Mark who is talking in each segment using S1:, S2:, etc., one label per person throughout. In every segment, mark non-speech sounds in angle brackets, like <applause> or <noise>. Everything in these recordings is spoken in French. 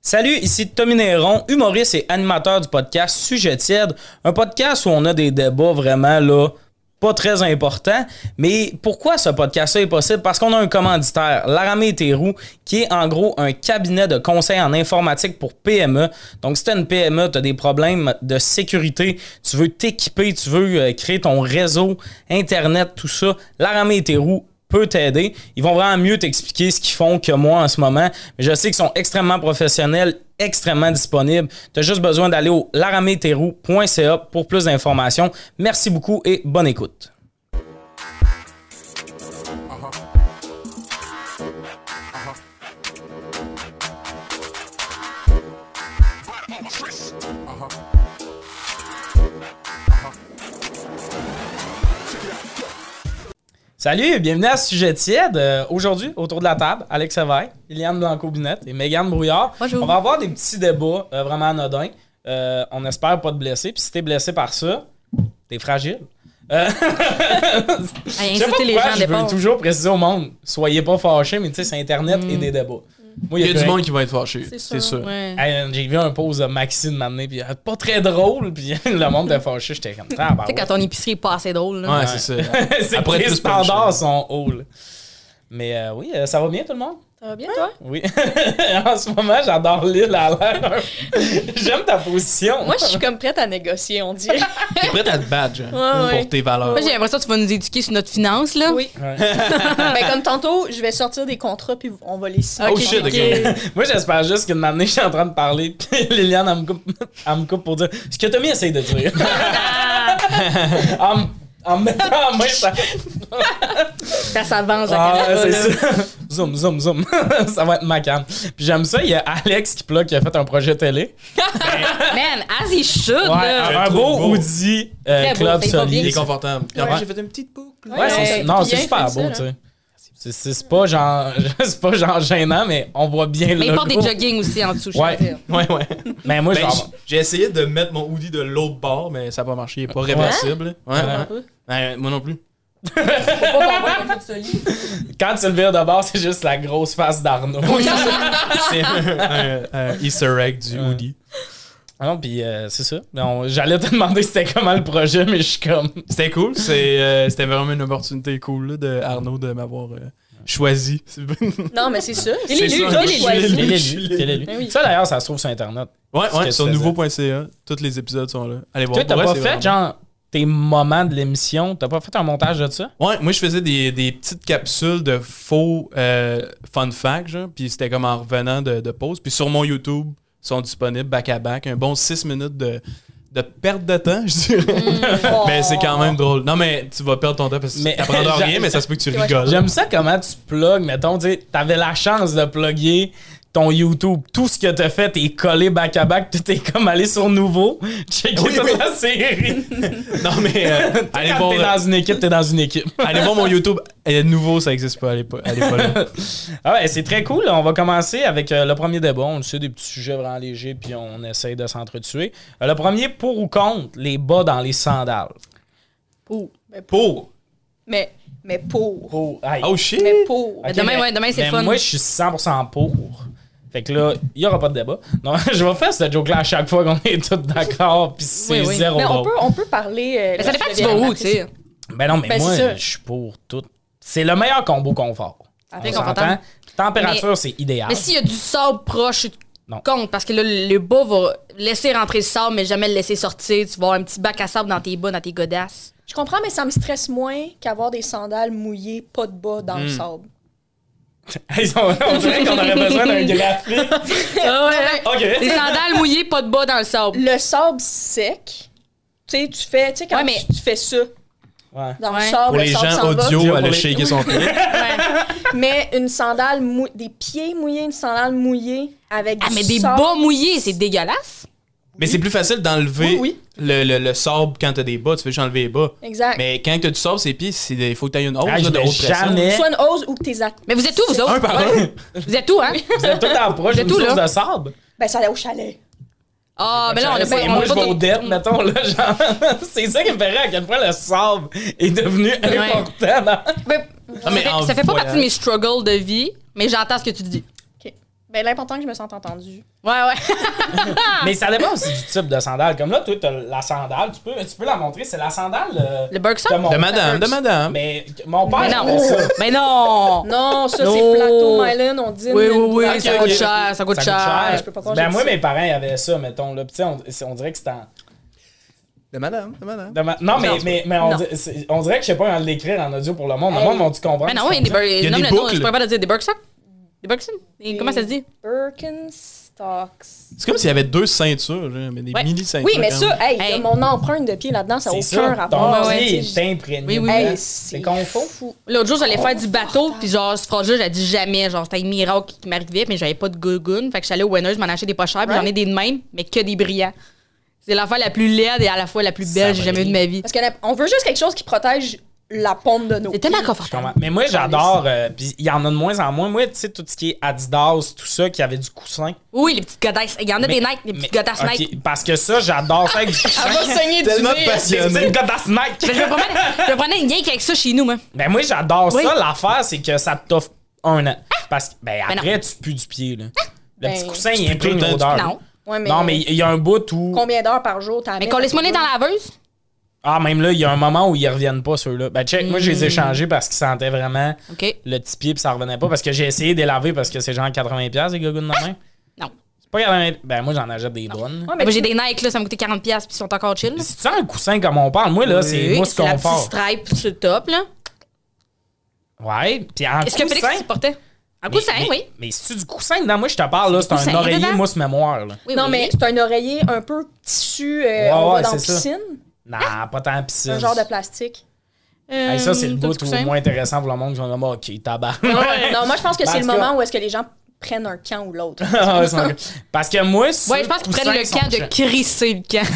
S1: Salut, ici Tommy Néron, humoriste et animateur du podcast Sujet tiède, un podcast où on a des débats vraiment là pas très importants. mais pourquoi ce podcast-là est possible? Parce qu'on a un commanditaire, l'Aramé Térou, qui est en gros un cabinet de conseil en informatique pour PME. Donc, si tu une PME, tu as des problèmes de sécurité, tu veux t'équiper, tu veux euh, créer ton réseau, Internet, tout ça, l'Aramé Térou peut t'aider. Ils vont vraiment mieux t'expliquer ce qu'ils font que moi en ce moment. Mais je sais qu'ils sont extrêmement professionnels, extrêmement disponibles. Tu as juste besoin d'aller au larameterou.ca pour plus d'informations. Merci beaucoup et bonne écoute. Salut, bienvenue à Sujet tiède. Euh, Aujourd'hui, autour de la table, Alex Sévère, Liliane Blanco-Binette et Mégane Brouillard.
S2: Bonjour.
S1: On va avoir des petits débats euh, vraiment anodins. Euh, on espère pas te blesser. Puis si t'es blessé par ça, t'es fragile. Euh,
S2: Hey,
S1: Je sais pas
S2: insulter les
S1: pourquoi
S2: gens
S1: je
S2: des
S1: veux
S2: pauvres.
S1: toujours préciser au monde, soyez pas fâchés, mais tu sais, c'est Internet
S2: Mm.
S1: et des débats. Moi,
S3: Il y a
S1: plein-
S3: du monde qui va être fâché,
S4: C'est
S3: c'est
S4: sûr.
S3: sûr.
S2: Ouais.
S1: Hey, J'ai vu un pause de Maxine m'amener, puis euh, pas très drôle, puis <laughs> le monde était fâché, j'étais comme ça.
S2: Tu sais, quand ton épicerie est pas assez drôle, là.
S3: Ouais, c'est ça.
S1: <laughs> c'est que
S3: Après
S1: les
S3: tout,
S1: standards
S3: punch,
S1: sont hauts. là. Mais euh, oui, euh, ça va bien tout le monde?
S4: Ça va bien, toi?
S1: Oui. <laughs> en ce moment, j'adore l'île à l'air. <laughs> J'aime ta position.
S4: Moi, je suis comme prête à négocier, on <laughs> dirait.
S3: <laughs> T'es prêt à te badge
S4: Ouais, ouais.
S3: pour tes valeurs.
S2: Moi, j'ai l'impression que tu vas nous éduquer sur notre finance, là.
S4: oui.
S1: Ouais.
S4: Mais Ben, comme tantôt, je vais sortir des contrats puis on va les signer.
S3: Oh shit, ok.
S1: <laughs> Moi, j'espère juste qu'une année, je suis en train de parler, <laughs> puis Liliane, elle me coupe, elle me coupe pour dire ce que Tommy essaye de
S2: <laughs>
S1: dire. en, me- en me mettant la main, ça.
S2: Ça s'avance à
S1: Ah,
S2: caméra,
S1: c'est
S2: là.
S1: ça. Zoom, zoom, zoom. <laughs> ça va être ma cam. Puis j'aime ça, il y a Alex qui plug, qui a fait un projet télé.
S2: Man, as he should,
S1: Ouais, ah,
S2: là.
S1: un
S3: trouve
S1: beau,
S3: beau.
S1: Audi euh,
S2: Très beau,
S1: Club
S2: c'est pas
S3: Il
S1: Solide.
S3: est confortable. Puis
S1: Ouais.
S3: après, j'ai fait une petite boucle.
S1: Ouais, c'est-
S4: Ouais,
S1: non,
S4: bien
S1: c'est super
S4: fait ça,
S1: beau,
S4: là.
S1: tu sais. C'est- C'est c'est pas genre <laughs> c'est pas genre gênant mais on voit bien le
S2: Mais il porte des
S1: logo.
S2: jogging aussi en dessous, je
S1: Ouais.
S2: veux <laughs> dire.
S3: Ouais, ouais.
S1: Mais moi
S3: Ben,
S1: genre
S3: j- j'ai essayé de mettre mon hoodie de l'autre bord, mais ça n'a pas marché. Il n'est pas réversible. Ouais.
S1: Ouais.
S3: Ouais, moi non plus.
S1: quand tu le vires de bord, c'est juste la grosse face
S2: <laughs>
S1: d'Arnaud.
S3: C'est un, un- un easter egg du hoodie.
S1: Ah Non, puis euh, c'est ça. Non, J'allais te <laughs> demander c'était comment le projet, mais je suis comme.
S3: C'était cool. c'est, euh, C'était vraiment une opportunité cool là, de Arnaud de m'avoir euh, choisi. ouais,
S4: Non, mais c'est sûr.
S2: Il est
S3: C'est
S2: lu,
S3: ça,
S2: toi,
S3: <laughs> je
S2: il est lu.
S3: suis l'élu. Ben
S1: T'es
S3: je
S1: l'élu,
S3: l'ai
S1: t'es
S3: lu.
S1: l'élu. Ça d'ailleurs, ça se trouve sur Internet. que tu
S3: ouais, sur
S1: faisais.
S3: nouveau.ca. Tous les épisodes sont là. Allez voir.
S1: Toi, t'as
S3: Pour
S1: pas
S3: vrai,
S1: fait
S3: c'est vraiment-
S1: genre tes moments de l'émission, t'as pas fait un montage de ça?
S3: Ouais, moi je faisais des, des petites capsules de faux euh, fun facts, genre, puis c'était comme en revenant de, de pause. Puis sur mon YouTube, ils sont disponibles back à back, un bon 6 minutes de, de perte de temps, <laughs> je dirais. <laughs>
S4: Mm.
S3: mais c'est quand même drôle. Non, mais tu vas perdre ton temps parce que
S1: Mais-
S3: tu t'apprendras
S1: j'a-
S3: rien, mais ça se peut que tu
S4: Ouais,
S3: rigoles.
S1: J'aime ça comment tu plugs, mettons, tu sais, t'avais la chance de plugger ton YouTube, tout ce que t'as fait, t'es collé back à back, tu t'es comme allé sur nouveau, checker
S3: Oui,
S1: toute
S3: oui.
S1: la
S3: <laughs>
S1: série.
S3: Non, mais euh, allez,
S1: Quand
S3: voir,
S1: t'es dans une équipe, t'es dans une équipe.
S3: allez voir mon YouTube. Et nouveau, ça existe pas. Allez pas, allez pas là.
S1: Ah ouais, c'est très cool. On va commencer avec euh, le premier débat. On sait des petits sujets vraiment légers, puis on essaye de s'entretuer. Euh, le premier, pour ou contre les bas dans les sandales?
S4: Pour. Mais,
S3: Pour.
S4: mais, mais pour.
S1: Pour. Hey.
S3: Oh shit.
S4: Mais pour.
S2: Mais demain, ouais, demain, c'est
S1: mais
S2: fun.
S1: Ben, Moi, je suis 100% pour. Fait que là, il n'y aura pas de débat. Non, <laughs> je vais faire cette joke-là à chaque fois qu'on est tous d'accord, puis c'est
S2: Oui, oui.
S1: zéro
S4: Mais on
S1: drôle.
S4: peut, on peut parler. euh,
S2: Mais ça
S4: là,
S2: dépend
S4: je
S2: tu vas
S4: deviens
S2: où, tu sais.
S1: Ben non, mais
S4: Ben, c'est
S1: moi,
S4: ça.
S1: je suis pour tout. C'est le meilleur combo confort.
S4: Ah,
S1: On
S2: t'es
S1: s'entend?
S2: confortable.
S1: Température, c'est idéal.
S2: Mais s'il y a du sable proche, tu
S1: Ah. Non.
S2: comptes, parce que là, le bas va laisser rentrer le sable, mais jamais le laisser sortir. Tu vas avoir un petit bac à sable dans tes bas, dans tes godasses.
S4: Je comprends, mais ça me stresse moins qu'avoir des sandales mouillées, pas de bas dans le sable.
S1: Hey, on, <laughs> on dirait qu'on aurait besoin
S2: <laughs>
S1: d'un graphique.
S2: Ah ouais.
S1: OK.
S2: Des sandales mouillées, pas de bas dans le sable.
S4: Le sable sec, tu sais, tu fais, tu sais, quand
S2: Ouais, mais-
S4: tu, tu fais ça
S1: Ouais.
S4: dans le
S2: Ouais.
S4: sable,
S3: Pour
S4: le
S3: les
S4: sable
S3: gens
S4: s'en va.
S3: audio,
S1: Pour
S3: allez
S1: les-
S3: shaker son pied.
S4: Mais une sandale mou- des pieds mouillés, une sandale mouillée avec
S2: Ah,
S4: du
S2: mais des
S4: sable.
S2: bas mouillés, c'est dégueulasse.
S3: Mais c'est plus facile d'enlever
S4: Oui, oui.
S3: le, le, le sable quand t'as des bas. Tu fais juste enlever les bas.
S4: Exact.
S3: Mais quand t'as du sable ses pieds, c'est des- faut que t'aies une hausse
S1: Ah,
S3: là,
S1: je
S3: de
S1: mets
S3: haute pression.
S1: jamais-
S4: Soit une hose ou que tes at-
S2: Mais vous êtes où, vous
S3: Un
S2: autres?
S3: par un.
S2: Vous êtes où, hein?
S1: Vous êtes tout en proche
S2: Vous
S1: d'une
S2: êtes où,
S1: source
S2: là?
S1: de sable.
S4: Ben, ça allait au chalet.
S2: Ah, mais là, on a
S1: Et
S2: pas. on
S1: moi,
S2: a
S1: je
S2: pas
S1: vais
S2: tout-
S1: aux dettes, mettons, là, genre. <laughs> C'est ça qui me ferait à quel point le sable est devenu important. dans-
S2: Ben,
S3: Ah, mais
S2: ça,
S3: en
S2: fait, ça fait pas
S3: voyage.
S2: partie de mes struggles de vie, mais j'entends ce que tu dis.
S4: Ben, l'important que je me sente entendue.
S2: Ouais, ouais. Ah.
S1: Mais ça dépend aussi du type de sandale. Comme là, toi, t'as la sandale, tu peux, tu peux la montrer. C'est la sandale euh,
S2: <laughs> Le Bergson?
S1: de mon
S3: De madame, de
S1: père.
S3: madame.
S1: Mais mon père,
S2: Mais
S1: fait
S2: non.
S1: ça.
S2: Mais non.
S4: Non, ça,
S2: Non.
S4: c'est Plateau Myland, on dit.
S2: Oui, oui,
S4: une-
S2: oui,
S4: Ah,
S2: ça
S3: ok,
S2: coûte
S3: ok.
S2: cher, ça coûte
S1: Ça coûte
S2: cher.
S1: cher.
S4: Je peux pas croire que
S1: ben
S4: j'ai
S1: moi,
S4: dit ça.
S1: mes parents, ils avaient ça, mettons. Là. Puis, tu sais, on, c'est- on dirait que c'était en...
S3: De madame, de madame.
S1: de ma- Non, mais,
S2: Non.
S1: mais, mais on,
S2: Non.
S1: di- c'est- on dirait que je sais pas comment l'écrire en audio pour le monde. Le
S4: Hey.
S1: monde, on dit comprendre.
S2: Mais non, oui, des
S3: Il y a
S2: Berg- nomme
S3: des
S2: le nom,
S3: boucles.
S2: Je pourrais pas le dire. Des Bergson? Des Bergson? Et Comment ça se dit?
S4: Birkenstocks.
S3: C'est comme s'il y avait deux ceintures, genre, mais des
S2: Ouais.
S3: mini-ceintures.
S4: Oui, mais ça,
S3: ça...
S4: hey,
S2: Hey.
S4: y a mon empreinte de pied là-dedans, ça n'a
S1: C'est
S4: aucun
S1: ça, ton
S4: rapport.
S2: ouais,
S1: pied
S4: tu
S1: est
S4: sais,
S1: imprégné.
S2: Oui, oui,
S1: dedans.
S2: oui.
S4: Hey,
S1: C'est
S4: c'est
S1: qu'on
S4: fou.
S2: L'autre jour, j'allais faire du bateau, puis genre, ce frangin, j'ai dit jamais. Genre, c'était un miracle qui m'arrivait, mais j'avais pas de gougoune. Fait que j'allais au Winners, je m'en achetais des pas chers, puis
S4: Right.
S2: j'en ai des de même, mais que des brillants. C'est l'affaire la plus laide et à la fois la plus belle que j'ai jamais eue de ma vie.
S4: Parce qu'on veut juste quelque chose qui protège la pompe de nos
S2: C'est tellement
S4: pieds.
S1: Je comprends.
S2: confortable.
S1: Mais moi, j'adore. euh, Puis il y en a de moins en moins. Moi, tu sais, tout ce qui est Adidas, tout ça, qui avait du coussin.
S2: Oui, les petites godasses. Il y en a des Nike, les petites godasses
S1: ok,
S2: Nike.
S1: Parce que ça, j'adore ça avec du coussin.
S4: Elle va saigner du
S3: Tellement
S4: nez.
S3: passionné.
S1: Des petites godasses Nike. <laughs>
S2: Je me promenais- je me prenais une yank avec ça chez nous, moi.
S1: Ben moi j'adore
S2: Oui.
S1: ça. L'affaire c'est que ça te t'offre un an. Parce que ben
S2: Ben
S1: après tu pues du pied là. Le
S4: Ben,
S1: petit coussin
S3: tu
S1: il
S3: pues
S1: imprime
S3: tout le
S1: une
S3: temps
S1: odeur.
S3: du-
S2: Non.
S4: Ouais, mais
S1: Non mais il y a un bout où
S4: combien d'heures par jour t'as
S2: Mais qu'on laisse monnaie dans la laveuse.
S1: ah même là il y a un moment où ils reviennent pas ceux-là. Ben check moi je les ai
S2: Mm.
S1: changés parce qu'ils sentaient vraiment
S2: OK.
S1: le petit pied puis ça revenait pas parce que j'ai essayé de les laver parce que c'est genre 80 pièces les gogounes de main.
S2: Non.
S1: C'est pas 80 ben moi j'en achète des bonnes.
S4: Ouais, mais
S2: Moi, j'ai
S4: tu-
S2: des Nike, là, ça m'a coûté 40$, puis ils sont encore chill. là.
S1: Si tu sens un coussin comme on parle, moi là c'est
S2: Oui,
S1: mousse
S2: la petite
S1: confort.
S2: stripe sur le top, là.
S1: Ouais, puis en
S2: Est-ce que
S1: coussin-
S2: Félix tu portais? Un
S1: mais-
S2: coussin,
S1: mais-
S2: oui.
S1: Mais c'est du coussin dedans, moi je te parle là, c'est
S2: coussin
S1: un oreiller
S2: dedans. Hein?
S1: mousse mémoire là.
S2: Oui,
S4: Non,
S2: oui.
S4: mais c'est un oreiller un peu tissu, euh,
S1: Ouais,
S4: on
S1: ouais,
S4: va dans la
S1: c'est ça.
S4: piscine.
S1: Non, pas tant piscine.
S4: Un genre de plastique.
S1: Hey, ça, c'est le
S2: Euh,
S1: bout
S2: petit
S1: le
S2: coussin.
S1: moins intéressant pour le monde. Ils sont comme, OK, tabac.
S4: <laughs> Non, moi, je pense que
S1: Ben,
S4: c'est
S1: en
S4: le
S1: tout cas-
S4: moment où est-ce que les gens prennent un camp ou l'autre.
S1: <laughs> Ah, ils sont comme- Parce que moi, ça,
S2: Ouais, je pense qu'ils prennent le
S1: coussin,
S2: camp
S1: ils sont
S2: de crisser le
S1: <laughs>
S2: camp.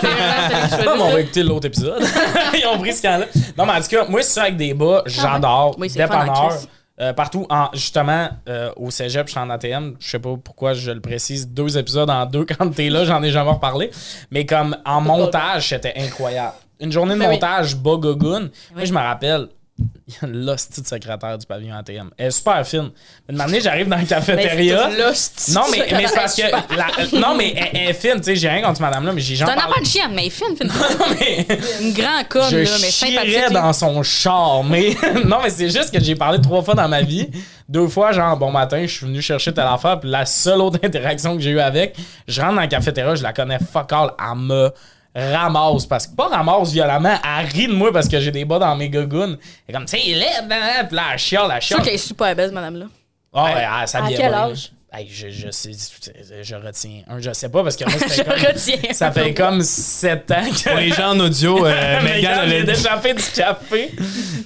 S2: c'est vraiment celui que je
S1: Ah, mais on va
S2: choisis.
S1: écouter l'autre épisode. <laughs> Ils ont pris ce camp-là. Non, mais en tout cas, moi, ça avec des bas, j'adore.
S2: Ah Oui, c'est le fun en
S1: Dépanneur.
S2: crise.
S1: euh, partout, en, justement, euh, au cégep, je suis en ATM. Je sais pas pourquoi je le précise. Deux épisodes en deux <laughs> quand t'es là, j'en ai jamais reparlé. Mais comme en montage, c'était incroyable. Une journée de
S4: Ben oui.
S1: montage, bas gogoun. Moi,
S2: Oui.
S1: je me rappelle, il y a l'hostie de secrétaire du pavillon ATM. Elle est super fine. Mais de m'amener, j'arrive
S2: Ben,
S1: dans la cafétéria. Non,
S2: <laughs>
S1: mais, mais c'est parce que. la- euh, non, mais elle, elle est fine, tu sais, j'ai rien contre cette madame-là, mais j'ai
S2: C'est
S1: jamais.
S2: un enfant de chienne, mais il fine, fine.
S1: mais
S2: Une grande conne,
S1: je
S2: là, mais
S1: chierais
S2: sympathique. là.
S1: dans son char, mais <laughs> non, mais c'est juste que j'ai parlé trois fois dans ma vie. Deux fois, genre, bon matin, je suis venu chercher telle affaire, puis la seule autre <laughs> interaction que j'ai eue avec, je rentre dans la cafétéria, je la connais fuck all, elle me ramasse, parce que pas ramasse violemment, elle rit de moi parce que j'ai des bas dans mes gogounes. Elle est comme, tu sais, il est laid, hein? puis là, elle chiale, elle
S2: Je suis
S1: chiale.
S2: sûr qu'elle est super belle, cette madame-là.
S1: Ah ouais, ah, ça
S4: à
S1: vient
S4: quel
S1: bien,
S4: âge?
S1: là. Hey, je, je sais, je retiens. Un, je sais pas, parce que moi,
S2: <laughs> Je
S1: c'était comme-
S2: retiens.
S1: ça fait comme 7 ans que.
S3: Pour les gens en audio, <laughs> euh, Megan,
S1: Megan
S3: elle
S1: est
S3: a dit-
S1: d'échapper du café.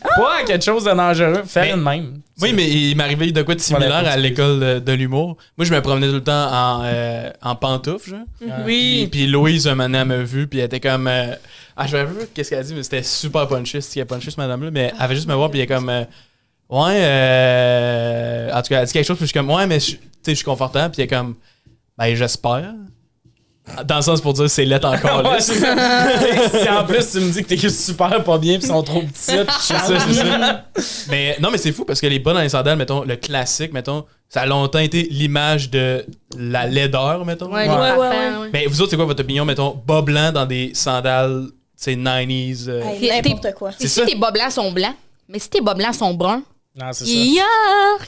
S1: Ah! Pas à quelque chose de dangereux. Faire une même.
S3: Oui, mais il m'est arrivé de quoi de
S1: Voilà,
S3: similaire
S1: faut que
S3: à
S1: tu
S3: l'école de, de l'humour. Moi, je me promenais tout le temps en, euh, en pantoufles, genre.
S1: euh,
S3: Puis,
S2: Oui.
S3: puis Louise, un matin, elle m'a vu, puis elle était comme. euh, ah, je me rappelle pas qu'est-ce qu'elle a dit, mais c'était super punchy, ce qu'elle a punchy, cette madame-là. Mais elle avait juste me voir, puis elle est comme. euh, ouais, euh, En tout cas, elle dit quelque chose, puis je suis comme, ouais, mais je- tu sais, je suis confortable, puis elle est comme. Ben, j'espère. Dans le sens pour dire, c'est lettre encore. là.
S1: <laughs> Ouais, c'est ça. <laughs> T'sais, si en plus tu me dis que t'es super pas bien pis ils sont trop petits,
S3: C'est ça, c'est ça. mais non, mais c'est fou parce que les bas dans les sandales, mettons, le classique, mettons, ça a longtemps été l'image de la laideur, mettons.
S2: Ouais,
S1: Ouais,
S2: ouais,
S4: ouais,
S2: ouais. ouais.
S3: Mais vous autres, c'est quoi votre opinion, mettons, bas blanc dans des sandales, tu sais, 90s? euh,
S4: Hey,
S2: C'est-
S4: N'importe quoi.
S2: C'est
S3: ça.
S2: si tes bas blancs sont blancs, mais si tes bas blancs sont bruns,
S1: Non, c'est ça.
S2: yeah!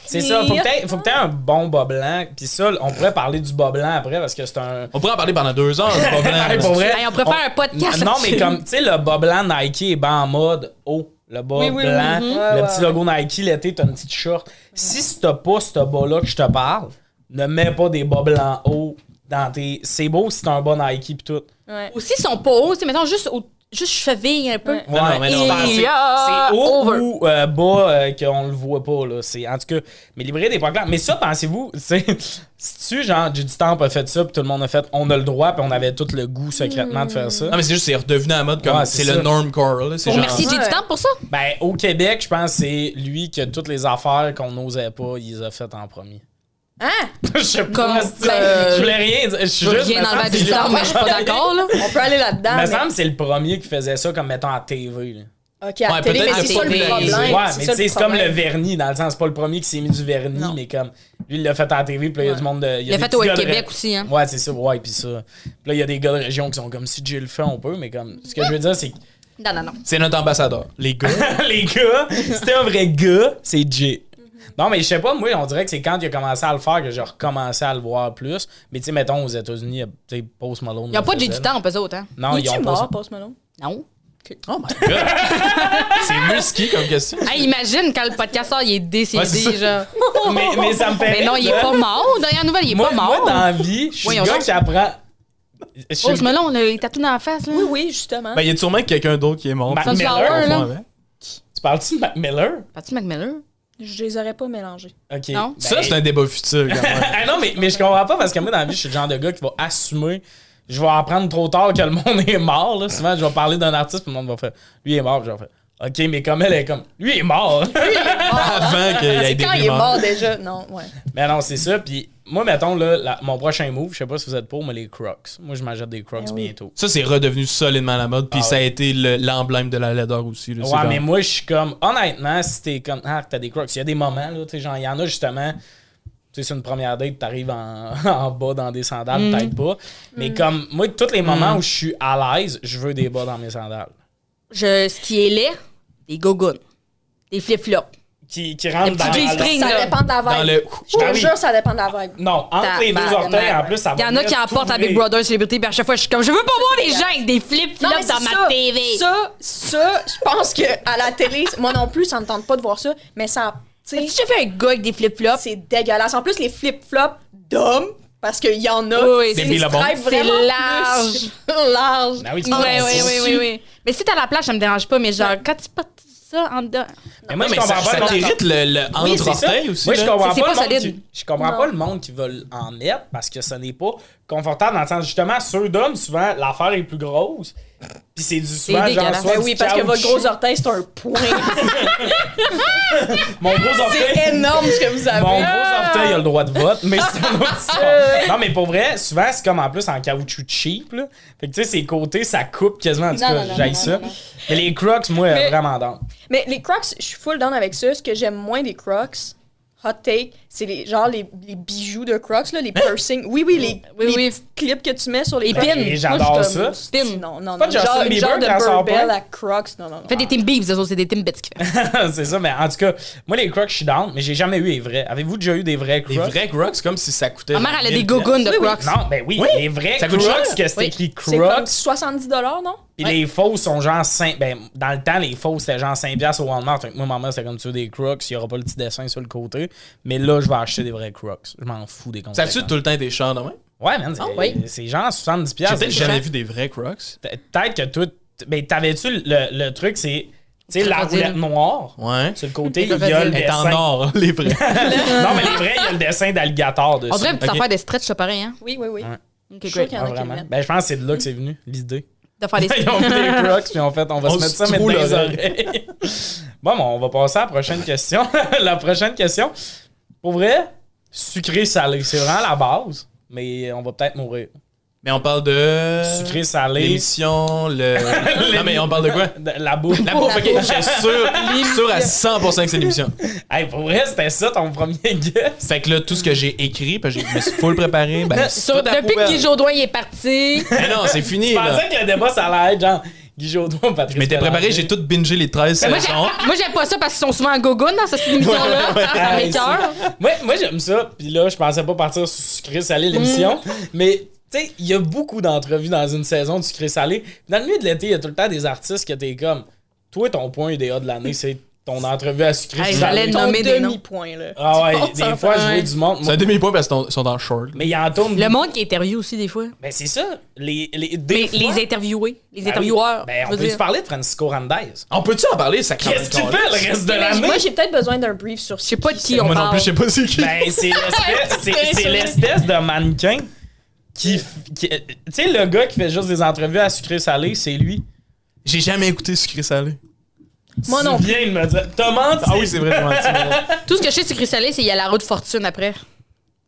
S1: C'est ça, faut que t'aies- faut que t'aies un bon bas blanc. Pis ça, on pourrait parler du bas blanc après parce que c'est un.
S3: On pourrait en parler pendant deux heures, du bas blanc. <laughs>
S1: Hey,
S3: là.
S1: pour vrai,
S2: Hey, Ben, on préfère un podcast.
S1: Non, mais
S2: là-dessus.
S1: comme, tu sais, le bas blanc Nike est ben en mode haut. Le bas
S4: Oui, oui, oui,
S1: blanc,
S4: mhm.
S1: le
S4: Ouais,
S1: petit
S4: ouais.
S1: logo Nike, l'été, t'as une petite short. Si t'as pas ce bas-là que je te parle, ne mets pas des bas blancs hauts dans tes. C'est beau si t'as un bas Nike pis tout.
S4: Ouais.
S2: Aussi, ils sont pas hauts, tu sais, mettons juste, au- juste cheville un peu.
S4: Ouais.
S3: Non, non, mais non,
S1: c'est-
S3: ben,
S1: c'est-
S2: yeah,
S4: Ah,
S1: c'est haut
S2: over.
S1: ou euh, bas euh, qu'on le voit pas, là. C'est, en tout cas, mais l'hybride est pas clair. Mais ça, pensez-vous, <laughs> c'est- si tu, genre, Judy Temple a fait ça, puis tout le monde a fait, on a le droit, puis on avait tout le goût secrètement de faire ça.
S3: Non, mais c'est juste, c'est redevenu à mode comme
S1: Ouais, c'est
S3: c'est le
S1: ça.
S3: norm coral.
S2: Pour remercier
S4: Ouais.
S2: J.D. Temple pour ça.
S1: Ben, au Québec, je pense que c'est lui que toutes les affaires qu'on n'osait pas, il les a faites en premier.
S4: Hein?
S1: <laughs> je sais
S2: Comme,
S1: pas. c'est-
S2: euh,
S1: je voulais rien dire. Je suis
S2: Je veux
S1: juste. me
S2: rien
S1: semble
S2: enlever à
S1: que c'est
S2: J.D.
S1: le-
S2: Temple, mais je suis pas d'accord, là.
S4: On peut aller là-dedans.
S1: Me
S4: mais-
S1: semble que c'est le premier qui faisait ça, comme mettons à TV. là.
S4: OK, à la
S3: Ouais,
S4: télé, mais
S3: peut-être
S4: c'est
S2: à
S4: pas le
S2: télé.
S4: problème.
S2: Ouais,
S1: Ouais, mais tu
S4: ça,
S1: sais, c'est comme le
S4: problème.
S1: vernis, dans le sens, c'est pas le premier qui s'est mis du vernis,
S2: Non.
S1: mais comme lui, il l'a fait à la TV, puis là, il y a du monde de. il y a
S2: Il l'a
S1: des
S2: fait
S1: petits
S2: au
S1: gars de
S2: Québec
S1: ré-
S2: aussi, hein.
S1: Ouais, c'est ça, ouais, puis ça. Puis là, il y a des gars de région qui sont comme si Jill le fait, on peut, mais comme. Ce que je veux dire, c'est que
S2: Non, non, non.
S3: C'est notre ambassadeur. Les gars.
S1: <laughs> les gars, c'était un vrai gars, c'est Jay. Non, mais je sais pas, moi, on dirait que c'est quand il a commencé à le faire que j'ai recommencé à le voir plus. Mais tu sais, mettons, aux États-Unis, tu sais, Post Malone.
S2: Ils n'ont
S1: le
S2: pas de
S1: faisait,
S2: du
S1: là.
S2: temps, eux autres, hein.
S1: Non,
S4: Il
S1: ils
S4: est
S1: ont pas.
S4: mort, Post Malone?
S2: Non.
S3: Oh my god. c'est risqué comme question.
S2: Hey, imagine quand le podcasteur il est décédé,
S3: Ouais, c'est
S2: genre.
S1: <laughs> ça. Mais, mais ça me fait.
S2: <laughs> Mais
S1: rire,
S2: non, il est
S1: là.
S2: pas mort. Dernière nouvelle, il est
S1: Moi,
S2: pas mort.
S1: moi, dans la vie, je suis
S2: Voyons
S1: le gars
S2: donc.
S1: qui apprend. Je suis-
S2: Oh, ce melon, là, il est tatoué dans la face, là.
S4: Oui, oui, justement.
S3: Ben, il y a sûrement quelqu'un d'autre qui est mort.
S1: Mac
S2: Sunflower,
S1: Miller.
S2: là.
S3: Ouais, ouais.
S1: Tu parles-tu de Mac Miller?
S2: Parti Macmillan?
S4: Je les aurais pas mélangés.
S1: Ok. Ben,
S2: Non.
S3: Ça, c'est un débat futur. quand même.
S1: Ah non, mais, mais je comprends pas parce que moi, dans la vie, je suis le genre de gars qui va assumer. Je vais apprendre trop tard que le monde est mort. Là. Souvent, je vais parler d'un artiste, puis le monde va faire Lui est mort. Puis Je vais faire Ok, mais comme elle est comme Lui est mort.
S3: <laughs>
S1: <laughs>
S3: Avant qu'il y ait
S4: Ah, C'est
S3: des
S4: quand il est
S3: rumeurs.
S4: mort déjà. Non, ouais.
S1: mais non, c'est ça. Puis moi, mettons, là, la- mon prochain move, je sais pas si vous êtes pour, mais les Crocs. Moi, je m'achète des Crocs
S4: Ben oui.
S1: bientôt.
S3: Ça, c'est redevenu solidement la mode. Puis
S1: Ah
S3: ça a été le- l'emblème de la laideur aussi. là. C'est
S1: Ouais,
S3: comme-
S1: mais moi, je suis comme, honnêtement, si t'es comme, ah, t'as des crocs, il y a des moments, là, tu sais, genre, il y en a justement, tu sais, c'est une première date, t'arrives en, <laughs> en bas dans des sandales,
S2: Mm.
S1: peut-être pas. Mais comme, moi, tous les moments où je suis à l'aise, je veux des bas dans mes sandales.
S2: Je, ce qui est laid, des gogoons, des flip-flops.
S1: Qui, qui rentrent
S2: Le
S1: dans
S2: petit G-string.
S4: Ça
S2: là.
S4: dépend de la vibe.
S3: Dans le-
S4: Je
S1: Ah
S4: te
S1: oui.
S4: jure, ça dépend de la vibe.
S1: Non, entre les deux
S2: Tabarnak.
S1: orteils, en plus, ça
S2: Il
S1: va.
S2: y en a qui
S1: venir
S2: emportent à
S1: t'ouvrir.
S2: Big Brother Celebrity, puis à chaque fois, je suis comme, je veux pas voir des gens avec des
S4: Non, mais
S2: flip-flops
S4: c'est
S2: dans ma
S4: ça.
S2: TV.
S4: Ça, ça, je pense que à la télé, moi non plus, ça me tente pas de voir ça, mais ça, tu
S2: As-tu
S4: sais,
S2: déjà vu un gars avec des flip-flops?
S4: c'est dégueulasse. En plus, les flip-flops d'hommes, parce qu'il y en a,
S2: Oui, oui,
S4: c'est
S3: Des Billabongs.
S2: C'est <laughs> large.
S4: large.
S1: Ah oui, tu
S2: Oui,
S1: Ah,
S2: oui,
S1: c'est
S2: oui, oui, oui. Mais si t'es à la plage, ça me dérange pas, mais genre, quand tu portes ça en dedans.
S1: Mais moi,
S3: Ouais,
S1: je
S3: mais ça,
S1: comprends
S3: ça
S1: pas. le monde-
S3: t'irrite le, le
S1: Oui, c'est ça.
S3: entre-orteil aussi.
S1: Moi, je
S3: là.
S1: comprends,
S2: C'est
S1: pas,
S2: pas
S1: le monde
S2: solide.
S1: qui, je comprends pas le monde qui veut en mettre parce que ce n'est pas confortable dans le sens justement ceux d'hommes souvent l'affaire est plus grosse puis c'est du souvent genre
S2: dégueulasse.
S1: soit
S4: Ben
S1: du
S4: oui, parce que votre
S1: caoutchouc-
S4: gros orteil, c'est un
S2: <laughs>
S4: point.
S1: mon gros
S4: c'est
S1: orteil
S4: énorme ce que vous avez.
S1: mon gros orteil a le droit de vote mais c'est un autre histoire. non mais pour vrai souvent c'est comme en plus en caoutchouc cheap là. fait que tu sais ses côtés ça coupe quasiment en tout
S2: Non,
S1: cas
S2: non, non,
S1: j'aille
S2: non,
S1: ça
S2: non, non.
S1: mais les crocs moi
S4: Mais-
S1: vraiment dans
S4: Mais les Crocs, je suis full down avec ça. Ce que j'aime moins des Crocs, hot take, c'est les, genre les, les bijoux de Crocs, là, les piercings. Oui, oui, les,
S2: Hein? Oui,
S4: les
S2: oui.
S4: petits clips que tu mets sur les
S2: Les
S4: Crocs.
S2: pins.
S1: Et
S2: Moi,
S1: j'adore
S2: je suis
S1: ça
S2: comme, Pins.
S4: Non, non, non.
S1: Pas de Justin
S4: genre,
S1: Bieber
S4: genre de
S1: quand ça sort pas.
S4: Burbell à Crocs, non, non, non.
S2: Fais des Timbits, eux autres, c'est des Timbits qui
S1: <laughs>
S2: font.
S1: <laughs> c'est ça mais en tout cas moi les crocs je suis down mais j'ai jamais eu les vrais avez-vous déjà eu des vrais crocs
S3: Les vrais Crocs, c'est comme si ça coûtait.
S2: Ma mère, elle a des
S3: 1000
S2: gogoons de
S1: Oui, oui.
S2: Crocs.
S1: Non, ben oui, les vrais
S3: Ça coûte
S1: Crocs,
S3: cher.
S1: que c'est
S2: Oui.
S1: écrit
S4: C'est comme
S1: Crocs.
S4: 70 non?
S1: Puis
S2: Ouais.
S1: les faux sont genre 5. Ben, dans le temps, les faux, c'était genre 5$ piastres au Walmart. Fait que moi, maman, c'était comme tu veux des Crocs, il n'y aura pas le petit dessin sur le côté. Mais là, je vais acheter des vrais Crocs. Je m'en fous des
S3: Ça
S1: conséquences.
S3: tue tout le temps des chars demain.
S1: Ouais, man, c'est
S2: oui.
S1: c'est genre 70$.
S3: J'ai
S1: piastres.
S3: peut-être jamais vu des vrais Crocs.
S1: Pe- Peut-être que toi. t- Ben, t'avais-tu le, le truc, c'est. Tu sais, la
S2: Crocodile.
S1: roulette noire.
S3: Ouais.
S1: Sur le côté, il y a le
S2: Crocodile.
S3: Elle est en
S1: dessin.
S3: or, <laughs> les vrais.
S1: non, mais les vrais, il y a le dessin d'alligator dessus.
S2: On dirait une petite
S3: Ok.
S2: affaire de stretch, ça pareil, hein?
S4: Oui, oui, oui.
S1: Ouais.
S2: Ok,
S4: Je suis sûre
S2: great.
S4: qu'il y
S1: Ah,
S4: en a qui le
S1: vraiment.
S4: mettent.
S1: Ben, je pense que c'est de là que c'est venu, l'idée.
S2: De faire des
S1: <laughs> Ils ont pris des Crocs, puis en fait, on va
S3: On
S1: se mettre
S3: se
S1: ça maintenant
S3: trouve
S1: dans les
S3: l'oreille.
S1: oreilles. <laughs> bon, bon, on va passer à la prochaine question. <laughs> la prochaine question. Pour vrai, sucré-salé, c'est vraiment la base, mais on va peut-être mourir.
S3: Mais on parle de.
S1: Sucré-salé, <laughs>
S3: L'émission, <laughs> le. non, mais on parle de quoi
S1: de- la bouffe.
S3: La bouffe, ok. Je suis sûr, sûr à 100% que c'est l'émission.
S1: Hey, pour vrai, c'était ça ton premier
S3: <laughs>
S1: guess.
S3: Fait que là, tout ce que j'ai écrit, parce que je me suis full préparé, ben. c'est
S2: Sur-
S3: tout à la
S2: depuis que
S3: poubelle.
S2: Guy Jodoin est parti,
S3: Mais non, c'est fini,
S1: Je
S3: là.
S1: pensais que le débat, ça allait être genre Guy Jodoin, Patrice.
S3: Je m'étais préparé, j'ai tout bingé les 13
S2: Ben, moi, j'ai-
S3: saisons.
S2: moi, j'aime pas ça parce qu'ils sont souvent en gogoon dans
S1: <laughs>
S2: cette émission-là.
S1: Ouais, ouais,
S2: Ah, Ça
S1: ouais,
S2: m'écoeure.
S1: Moi, moi j'aime ça. Puis là, je pensais pas partir sur
S2: Mm.
S1: sucré-salé l'émission. Mais, tu sais, il y a beaucoup d'entrevues dans une saison de sucré-salé. Dans le milieu de l'été, il y a tout le temps des artistes que t'es comme. Toi, ton point IDA de l'année, c'est ton entrevue à
S2: Hey, j'allais
S1: sucré-salé.
S2: nous- Nommer
S4: Ton
S2: des noms.
S4: demi-point, là.
S1: Ah ouais,
S4: On
S1: des
S4: s'en
S1: fois,
S4: fait.
S1: je vois
S2: ouais.
S1: du monde.
S3: C'est
S1: moi-
S3: un demi-point parce qu'ils sont dans short.
S1: Mais il en tourne.
S2: Le monde qui interviewe aussi, des fois.
S1: Ben, c'est ça. Les, les,
S2: Mais
S1: des fois-
S2: les interviewés, les
S1: Ben oui.
S2: intervieweurs.
S1: Ben,
S2: je
S1: on
S2: veux
S1: peut
S2: dire.
S1: se parler de Francisco Randez.
S3: On peut-tu en parler, ça
S1: Qu'est-ce qu'il fait le reste de
S4: Mais
S1: l'année?
S4: Moi, j'ai peut-être besoin d'un brief sur
S2: Je sais pas de qui on
S3: Moi
S2: parle.
S3: non plus, je sais pas c'est qui.
S1: Ben, c'est l'espèce, c'est- c'est l'espèce de mannequin qui. f- qui- euh, tu sais, le gars qui fait juste des entrevues à sucré-salé, c'est lui.
S3: J'ai jamais écouté Sucré Salé.
S4: Moi non
S1: Tu viens de me dire. T'as menti.
S3: Ah oui, c'est vrai, j'ai menti, mais bon.
S2: Tout ce que je sais, c'est cristalé, c'est il y a la route fortune après.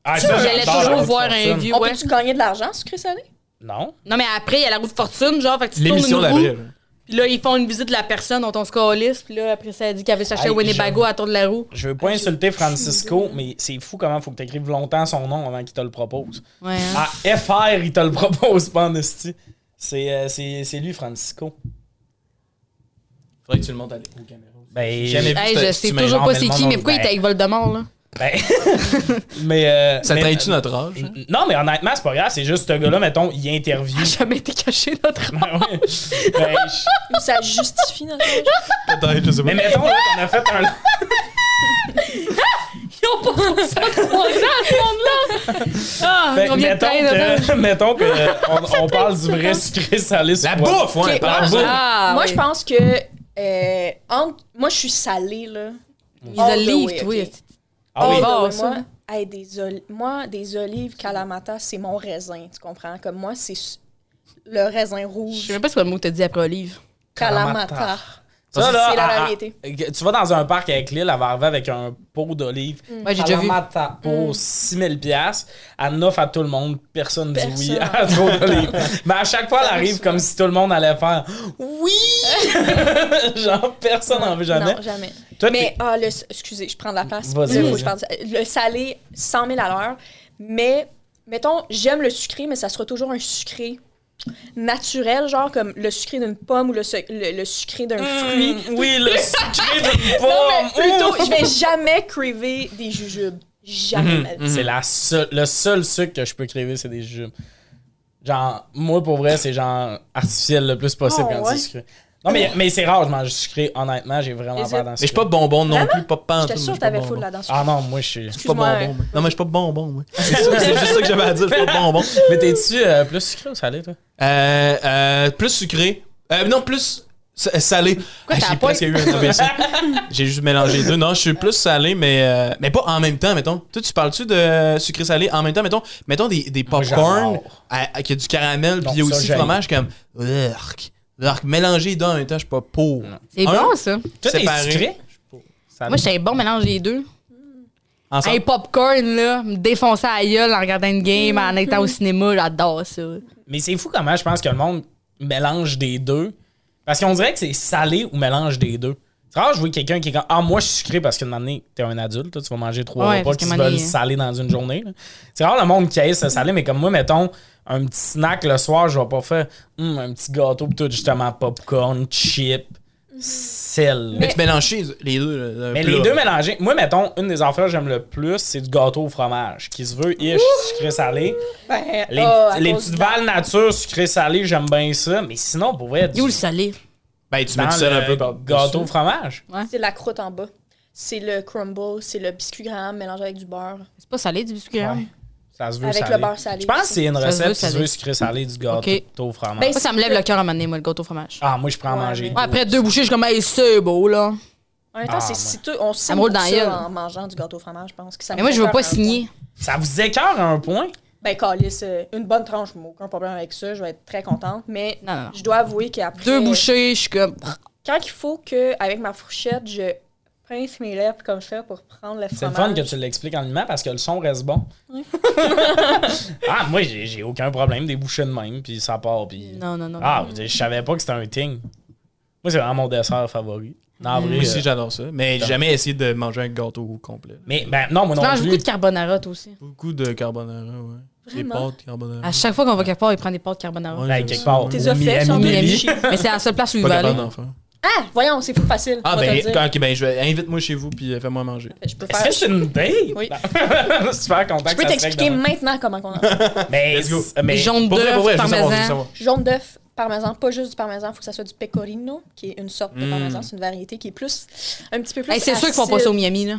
S1: Ah, ça,
S2: J'allais
S1: j'adore la
S2: toujours
S1: haute
S2: voir
S1: fortune.
S2: un vieux.
S4: On
S2: ouais.
S4: peut-tu gagner de l'argent, sucré salé?
S1: Non.
S2: Non, mais après, il y a la route fortune, genre, fait que tu tournes
S3: L'émission
S2: une roue.
S3: d'avril.
S2: Puis là, ils font une visite de la personne dont on se calisse. Puis là, après ça, elle dit qu'elle veut s'acheter
S1: Hey,
S2: au Winnebago
S1: j'avoue.
S2: à la tour de la roue.
S1: Je veux pas insulter Francisco, mais c'est fou comment faut que tu écrives longtemps son nom avant qu'il te le propose.
S2: Ouais, hein?
S1: À FR, il te le propose pas en esti. C'est euh, c'est- c'est lui, Francisco.
S3: Faudrait que tu le montes à l- aux caméras.
S1: Ben,
S3: Jamais vu.
S2: Hey,
S3: tu-
S2: je
S3: tu
S2: sais
S3: mets
S2: toujours
S1: genre,
S2: pas
S1: mais
S2: c'est
S1: le
S2: qui,
S1: monde
S2: mais
S1: en-
S2: pourquoi il
S1: ben-
S2: était avec Voldemort, là? <laughs>
S1: Ben, <laughs> mais. euh,
S3: Ça
S1: mais-
S3: trahit-tu notre âge? hein?
S1: Non, mais honnêtement, c'est pas grave. C'est juste ce gars-là, mettons, il
S2: Il a
S1: interview.
S2: jamais été caché notre
S1: Ben, <laughs> ouais. Ben, je-
S4: Ça
S2: <laughs>
S4: justifie notre âge.
S3: Peut-être, je sais
S1: mais mettons, là, on a fait un.
S2: Ils ont pas fait ça trois ans, ce monde-là! Ah,
S1: Fait que
S2: combien de
S1: ben, mettons,
S2: temps, là-dedans?
S1: que, <laughs> mettons que euh, on, on parle du vrai sucré salé.
S3: La
S1: sur-
S3: bouffe, ouais,
S4: Ok,
S3: par
S4: moi-
S3: exemple.
S2: Ah,
S4: moi,
S2: oui.
S4: je pense que. euh, entre- moi, je suis salée, là.
S2: Ils olivent, oui.
S1: Ah oui.
S4: All the
S2: Bon,
S4: way,
S2: ça.
S4: moi, hey, des oli- moi, des olives Kalamata, c'est mon raisin, tu comprends? Comme moi, c'est su- le raisin
S2: Je
S4: rouge
S2: sais même pas ce que le mot t'a dit après Olive.
S1: Kalamata.
S4: Kalamata.
S1: Ça, là,
S4: C'est la
S1: à- à-
S4: variété.
S1: tu vas dans un parc avec Lille, elle va arriver avec un pot d'olive.
S2: Ouais, j'ai déjà vu.
S1: Kalamata pour 6000 pièces, elle en offre à tout le monde, personne, dit oui
S4: Personne.
S1: à trop d'olives. Mais à chaque fois elle arrive comme si tout le monde allait faire oui. <laughs> Genre personne n'en veut jamais.
S4: Non, jamais.
S1: Toi,
S4: Mais,
S1: t'es-
S4: ah, le, excusez, je prends de la place.
S1: Vas-y,
S4: Là,
S1: vas-y.
S4: faut que je parle du- le salé, 100 000 à l'heure. Mais, mettons, j'aime le sucré, mais ça sera toujours un sucré naturel, genre comme le sucré d'une pomme ou le, su- le- le sucré d'un fruit.
S1: Mm, oui,
S4: <laughs>
S1: le sucré d'une pomme. Oh!
S4: Non, mais plutôt, <laughs>
S1: Ouh.
S4: je vais jamais craver des jujubes. Jamais. de ma vie.
S1: C'est la seule, le seul sucre que je peux créer, c'est des jujubes. Genre, moi, pour vrai, c'est genre artificiel le plus possible
S4: Ah,
S1: quand
S4: ouais?
S1: c'est sucré. Non, mais, mais c'est rare, je mange du sucré, honnêtement, j'ai vraiment
S4: Les
S1: pas
S4: yeux.
S1: dans
S3: Mais je suis pas bonbon non plus, pas pantoute. mais
S4: J'étais sûre que
S3: je suis
S4: t'avais
S3: pas
S4: fou
S3: bonbon.
S4: là-dedans.
S1: Ah non, moi, je suis.
S3: Je suis pas
S4: Excuse-moi.
S3: bonbon. moi. Non, mais je suis pas bonbon,
S2: <laughs>
S3: moi. C'est ça, c'est juste ça que j'avais à dire, je suis pas bonbon.
S1: Mais t'es-tu euh, plus sucré ou salé, toi
S3: Euh, euh, plus sucré. Euh, non, plus sa- salé. Ah,
S2: t'as
S3: J'ai
S2: la
S3: presque eu un
S2: <laughs>
S3: AVC. J'ai juste mélangé les deux. Non, je suis plus salé, mais, euh, mais pas en même temps, mettons. Toi, tu parles-tu de sucré-salé en même temps? Mettons, mettons des, des
S1: Moi,
S3: popcorn
S1: j'adore.
S3: à- à- qui a du caramel puis
S1: Non,
S3: il y a
S1: ça,
S3: aussi
S1: j'aime.
S3: fromage comme... Urk, urk. Mélanger les deux en même temps, je suis pas pour.
S2: C'est
S3: Un,
S2: bon, ça.
S1: Toi, t'es
S3: séparé.
S1: sucré Salé.
S2: Moi, j'étais bon mélange les deux.
S3: Ensemble.
S2: Hey, popcorn, là, me défoncer à la gueule en regardant une game, en étant au cinéma, j'adore ça.
S1: Mais c'est fou comment je pense que le monde mélange des deux. Parce qu'on dirait que c'est salé ou mélange des deux. C'est rare, je vois quelqu'un qui est comme Ah, moi, je suis sucré parce qu'une année, t'es un adulte, là, tu vas manger trois
S2: Ouais,
S1: repas
S2: parce
S1: qui
S2: qu'à
S1: se
S2: un moment
S1: veulent
S2: donné- hein.
S1: salés dans une journée. là. C'est rare le monde qui aille se salé, mais comme moi, mettons, un petit snack le soir, je vais pas faire Hum, un petit gâteau, pis tout, justement, popcorn, chip, sel.
S3: Mais
S1: Mais,
S3: tu mélanges les deux. là,
S1: les
S3: plat.
S1: deux mélangés, moi, mettons, une des affaires que j'aime le plus, c'est du gâteau au fromage, qui se veut ish, sucré-salé.
S4: Ben,
S1: Les,
S4: ah, à
S1: les
S4: cause
S1: petites
S4: de la-
S1: balles nature sucré salé, j'aime bien ça, mais sinon pour vrai,
S2: Il est où le salé?
S3: Ben, tu
S1: dans
S3: mets du sel
S1: le
S3: un peu par
S1: gâteau au fromage.
S4: C'est la croûte en bas. C'est le crumble, c'est le biscuit graham mélangé avec du beurre.
S2: C'est pas salé du biscuit, hein?
S1: Ouais. Ça se veut
S4: Avec
S1: salé.
S4: le beurre salé.
S1: Je pense que c'est une
S2: Ça se
S1: recette
S2: veut
S1: qui se
S2: salé.
S1: veut sucré salé du gâteau
S2: Ok.
S1: au fromage.
S4: Ben,
S2: Moi, ça me lève le cœur à un moment donné, moi, le gâteau au fromage.
S1: ah, moi je prends à
S4: Ouais,
S1: manger.
S4: mais-
S2: Ouais, après deux bouchées, je suis comme, hey, c'est beau, là.
S4: En même temps,
S1: Ah,
S4: c'est
S1: ouais.
S4: si tout- on signe
S2: roule
S4: pour
S2: dans la
S4: ça
S2: gueule.
S4: en mangeant du gâteau au fromage, je pense. Que ça
S2: Mais moi, je veux
S4: fait
S2: pas
S4: peur,
S2: signer.
S1: Ça vous écœure à un point?
S4: Ben, calice, euh, une bonne tranche, moi, aucun problème avec ça, je vais être très contente. Mais
S2: Non, non, non.
S4: je dois avouer qu'après.
S2: Deux bouchées, je suis comme,
S4: Quand il faut que, avec ma fourchette, je pince mes lèvres comme ça pour prendre le fromage.
S1: C'est le fun que tu l'expliques en allemand parce que le son reste bon. <laughs> ah, moi j'ai j'ai aucun problème des bouchées de même, puis ça part. Puis...
S2: non, non, non.
S1: Ah, je savais pas que c'était un thing. Moi c'est vraiment mon dessert favori. Non, en
S2: Mm.
S1: vrai,
S3: Moi
S1: euh,
S3: aussi, j'adore ça. Mais j'ai jamais essayé de manger un gâteau complet.
S1: mais ben, non, moi
S2: Tu
S1: non
S2: manges
S1: plus.
S2: beaucoup de carbonara, toi aussi.
S3: Beaucoup de carbonara, ouais. Des
S4: Vraiment? Ah,
S3: pâtes carbonara.
S2: À chaque fois qu'on va quelque part, il prend des pâtes carbonara.
S3: Ouais,
S1: Ben,
S3: j'aime
S1: quelque
S3: ça.
S1: part.
S4: Tes
S1: au
S4: effets
S1: mi-
S4: sont
S1: à
S4: bien
S1: Miami.
S4: chics.
S2: Mais c'est la seule place où il
S3: Pas
S2: va
S3: capable
S2: aller.
S3: d'en faire.
S4: Ah, voyons, c'est fou facile.
S3: Ah,
S4: on va te
S3: ben,
S4: le dire. Ben,
S3: ok, ben, je vais invite-moi chez vous puis euh, fais-moi manger.
S4: Je peux
S1: Est-ce
S4: faire.
S1: que c'est Bah, une date?
S4: Oui.
S1: <laughs> Super content
S4: Je peux t'expliquer maintenant comment on
S1: <laughs>
S4: en fait.
S1: Mais,
S3: Let's go.
S1: mais
S2: Jaune
S3: Pour vrai, pour vrai,
S2: d'œuf,
S3: je veux savoir, je veux
S2: parmesan.
S3: savoir.
S4: Jaune d'œuf, parmesan, pas juste du parmesan, faut que ça soit du pecorino, qui est une sorte
S1: Mm.
S4: de parmesan, c'est une variété qui est plus un petit peu plus
S2: Hey, c'est sûr qu'ils font pas ça au Miami, là.